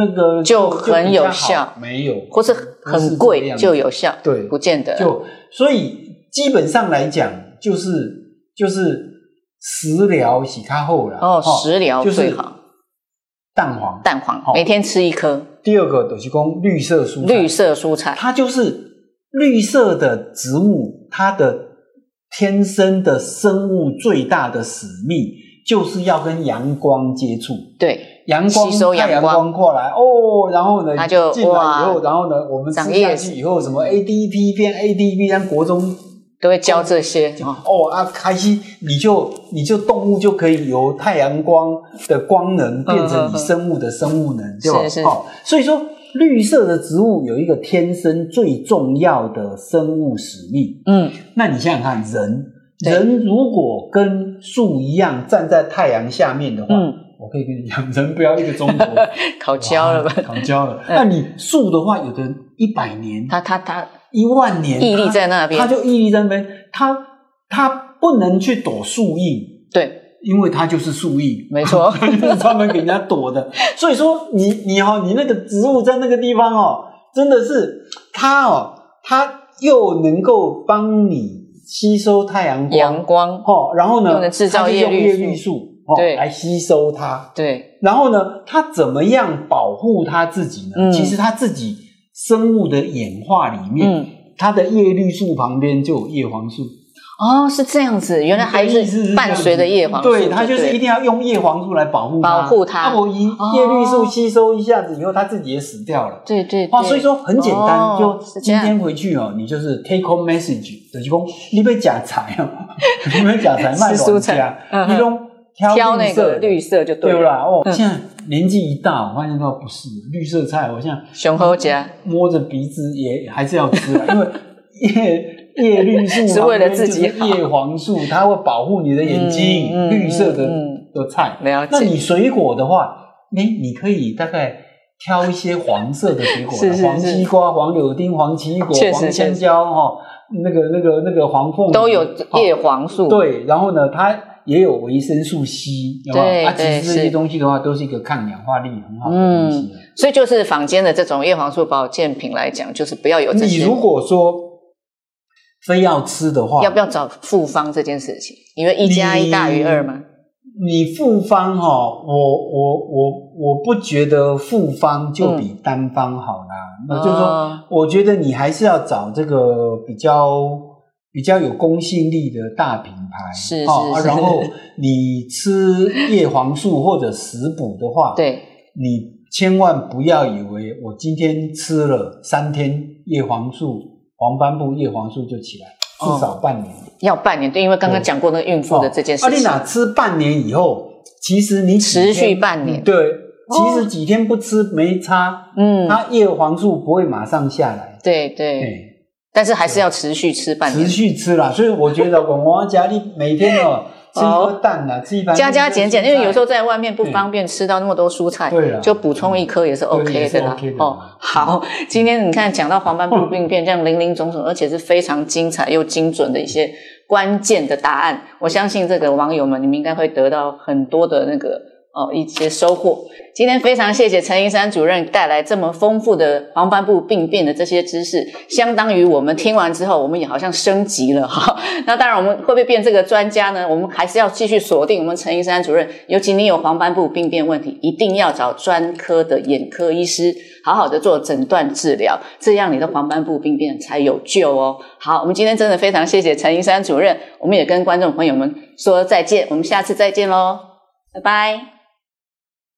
Speaker 2: 那个
Speaker 1: 就很有
Speaker 2: 比较好
Speaker 1: 效
Speaker 2: 没有，
Speaker 1: 或是
Speaker 2: 不是
Speaker 1: 很
Speaker 2: 这
Speaker 1: 贵
Speaker 2: 样
Speaker 1: 就有效，
Speaker 2: 对
Speaker 1: 不，见得
Speaker 2: 就所以基本上来讲，就是就是食疗洗咖后啦，
Speaker 1: 哦，食疗
Speaker 2: 就是
Speaker 1: 最好，
Speaker 2: 蛋黄，
Speaker 1: 蛋黄
Speaker 2: 好
Speaker 1: 每天吃一颗，
Speaker 2: 第二个就是讲绿色蔬菜，
Speaker 1: 绿色蔬菜，
Speaker 2: 它就是绿色的植物，它的天生的生物最大的使命就是要跟阳光接触，
Speaker 1: 对，
Speaker 2: 阳光
Speaker 1: 吸收阳
Speaker 2: 太阳
Speaker 1: 光
Speaker 2: 光过来哦，然后呢，
Speaker 1: 它就
Speaker 2: 进来以
Speaker 1: 哇
Speaker 2: 后，然后呢，我们吃
Speaker 1: 长
Speaker 2: 下
Speaker 1: 叶
Speaker 2: 去以后，什么 ADP 变 ADP，像国中
Speaker 1: 都会教这些
Speaker 2: 就
Speaker 1: 啊。
Speaker 2: 哦啊，开心，你就你就动物就可以由太阳光的光能变成你生物的生物能，对吧？
Speaker 1: 嗯是是
Speaker 2: 哦，所以说绿色的植物有一个天生最重要的生物使命。
Speaker 1: 嗯，
Speaker 2: 那你想想看，人
Speaker 1: 对
Speaker 2: 人如果跟树一样站在太阳下面的话，
Speaker 1: 嗯
Speaker 2: 我可以跟你讲，人不要一个中 国
Speaker 1: 烤焦了 吧？
Speaker 2: 烤焦了。
Speaker 1: 嗯
Speaker 2: 那你树的话，有的人一百年，
Speaker 1: 他他他
Speaker 2: 一万年，
Speaker 1: 屹立
Speaker 2: 它
Speaker 1: 在那边
Speaker 2: 它就屹立在那边，它它不能去躲树荫，
Speaker 1: 对，
Speaker 2: 因为它就是树荫，
Speaker 1: 没 错
Speaker 2: 它就是专门给人家躲的。 所以说你，你哦，你那个植物在那个地方哦，真的是它哦，它又能够帮你吸收太阳光
Speaker 1: 阳光，
Speaker 2: 哦，然后
Speaker 1: 又
Speaker 2: 呢，
Speaker 1: 能制造
Speaker 2: 它就
Speaker 1: 叶
Speaker 2: 用
Speaker 1: 绿
Speaker 2: 叶
Speaker 1: 素
Speaker 2: 绿素哦
Speaker 1: 对
Speaker 2: 来吸收它。
Speaker 1: 对，
Speaker 2: 然后呢，它怎么样保护它自己呢？
Speaker 1: 嗯
Speaker 2: 其实它自己生物的演化里面，
Speaker 1: 嗯，
Speaker 2: 它的叶绿素旁边就有叶黄素，
Speaker 1: 哦，是这样子，原来还
Speaker 2: 意思
Speaker 1: 是
Speaker 2: 这样
Speaker 1: 伴
Speaker 2: 子
Speaker 1: 随着叶黄素，
Speaker 2: 对，它就是一
Speaker 1: 对
Speaker 2: 定要用叶黄素来保护
Speaker 1: 保护它
Speaker 2: 那我一叶绿素吸收一下子以后，它自己也死掉了。
Speaker 1: 对对
Speaker 2: 哇，
Speaker 1: 对
Speaker 2: 所以说很简单，
Speaker 1: 哦是
Speaker 2: 就
Speaker 1: 这
Speaker 2: 今
Speaker 1: 样
Speaker 2: 天回去哦，你就是 take home message，就 是讲你被假财哦， 你被假财卖
Speaker 1: 吃蔬
Speaker 2: 卵
Speaker 1: 菜
Speaker 2: 家
Speaker 1: 嗯，哼
Speaker 2: 你拢
Speaker 1: 挑
Speaker 2: 绿
Speaker 1: 那
Speaker 2: 色
Speaker 1: 个
Speaker 2: 的
Speaker 1: 绿色就
Speaker 2: 对
Speaker 1: 了，
Speaker 2: 不啦？哦，
Speaker 1: 嗯
Speaker 2: 现在年纪一大，我发现到不是绿色菜，我现在
Speaker 1: 熊猴夹
Speaker 2: 摸着鼻子也还是要吃啊 啦，因为叶叶绿素
Speaker 1: 是为了自己好
Speaker 2: 旁边就是叶黄素它会保护你的眼睛，
Speaker 1: 嗯嗯
Speaker 2: 绿色的、
Speaker 1: 嗯嗯
Speaker 2: 的菜。
Speaker 1: 了
Speaker 2: 那
Speaker 1: 解，
Speaker 2: 你水果的话，你你可以大概挑一些黄色的水果啦，啊
Speaker 1: 是是是
Speaker 2: 黄西瓜、黄柳丁、黄奇异果
Speaker 1: 确、实
Speaker 2: 黄
Speaker 1: 确
Speaker 2: 香
Speaker 1: 实
Speaker 2: 蕉哦，那个那个那个黄凤梨
Speaker 1: 都有
Speaker 2: 哦
Speaker 1: 叶黄素，
Speaker 2: 对，然后呢，它也有维生素 C，有没有
Speaker 1: 对
Speaker 2: 啊，其
Speaker 1: 对
Speaker 2: 实这
Speaker 1: 是嗯
Speaker 2: 些东西的话，都是一个抗氧化力很好的东西啊。
Speaker 1: 所以就是坊间的这种叶黄素保健品来讲，就是不要有这
Speaker 2: 你
Speaker 1: 些
Speaker 2: 如。果说非要吃的话，
Speaker 1: 要不要找复方这件事情？因为一加一大于二嘛。
Speaker 2: 你复方哈、哦，我我我我不觉得复方就比单方好啦。那、就是说，
Speaker 1: 哦
Speaker 2: 我觉得你还是要找这个比较比较有公信力的大品牌，
Speaker 1: 是
Speaker 2: 哦
Speaker 1: 是是
Speaker 2: 然后你吃叶黄素或者食补的话，，
Speaker 1: 对，
Speaker 2: 你千万不要以为我今天吃了三天叶黄素、黄斑部叶黄素就起来，
Speaker 1: 哦
Speaker 2: 至少半年。哦
Speaker 1: 要半年，对，因为刚刚讲过那个孕妇的这件事
Speaker 2: 阿丽
Speaker 1: 情，
Speaker 2: 娜吃半年以后，其实你几
Speaker 1: 持
Speaker 2: 天
Speaker 1: 续半年哦
Speaker 2: 对，其实几天不吃没差，
Speaker 1: 嗯，
Speaker 2: 它叶黄素不会马上下来，
Speaker 1: 对对，
Speaker 2: 哎，
Speaker 1: 但是还是要持续吃半
Speaker 2: 持
Speaker 1: 年，
Speaker 2: 续吃啦。所以我觉得我们家里每天 哦吃一颗蛋啦，吃一盘
Speaker 1: 加加减减，因为有时候
Speaker 2: 候
Speaker 1: 在外面不方便吃到那么多蔬菜
Speaker 2: 嗯对啦，
Speaker 1: 就补充一颗也是
Speaker 2: 对
Speaker 1: OK
Speaker 2: 也是
Speaker 1: 的啦
Speaker 2: OK 的。啦
Speaker 1: 哦，好， 今天你看讲到黄斑 部病变这样零零总总，而且是非常精彩又精准的一些关键的答案，我相信这个网友们你们应该会得到很多的那个。哦，一些收获。今天非常谢谢陈一山主任带来这么丰富的黄斑部病变的这些知识，相当于我们听完之后，我们也好像升级了哈。 那当然，我们会不会变这个专家呢？我们还是要继续锁定我们陈一山主任，尤其你有黄斑部病变问题，一定要找专科的眼科医师，好好的做诊断治疗，这样你的黄斑部病变才有救哦。好，我们今天真的非常谢谢陈一山主任，我们也跟观众朋友们说再见，我们下次再见喽，拜拜。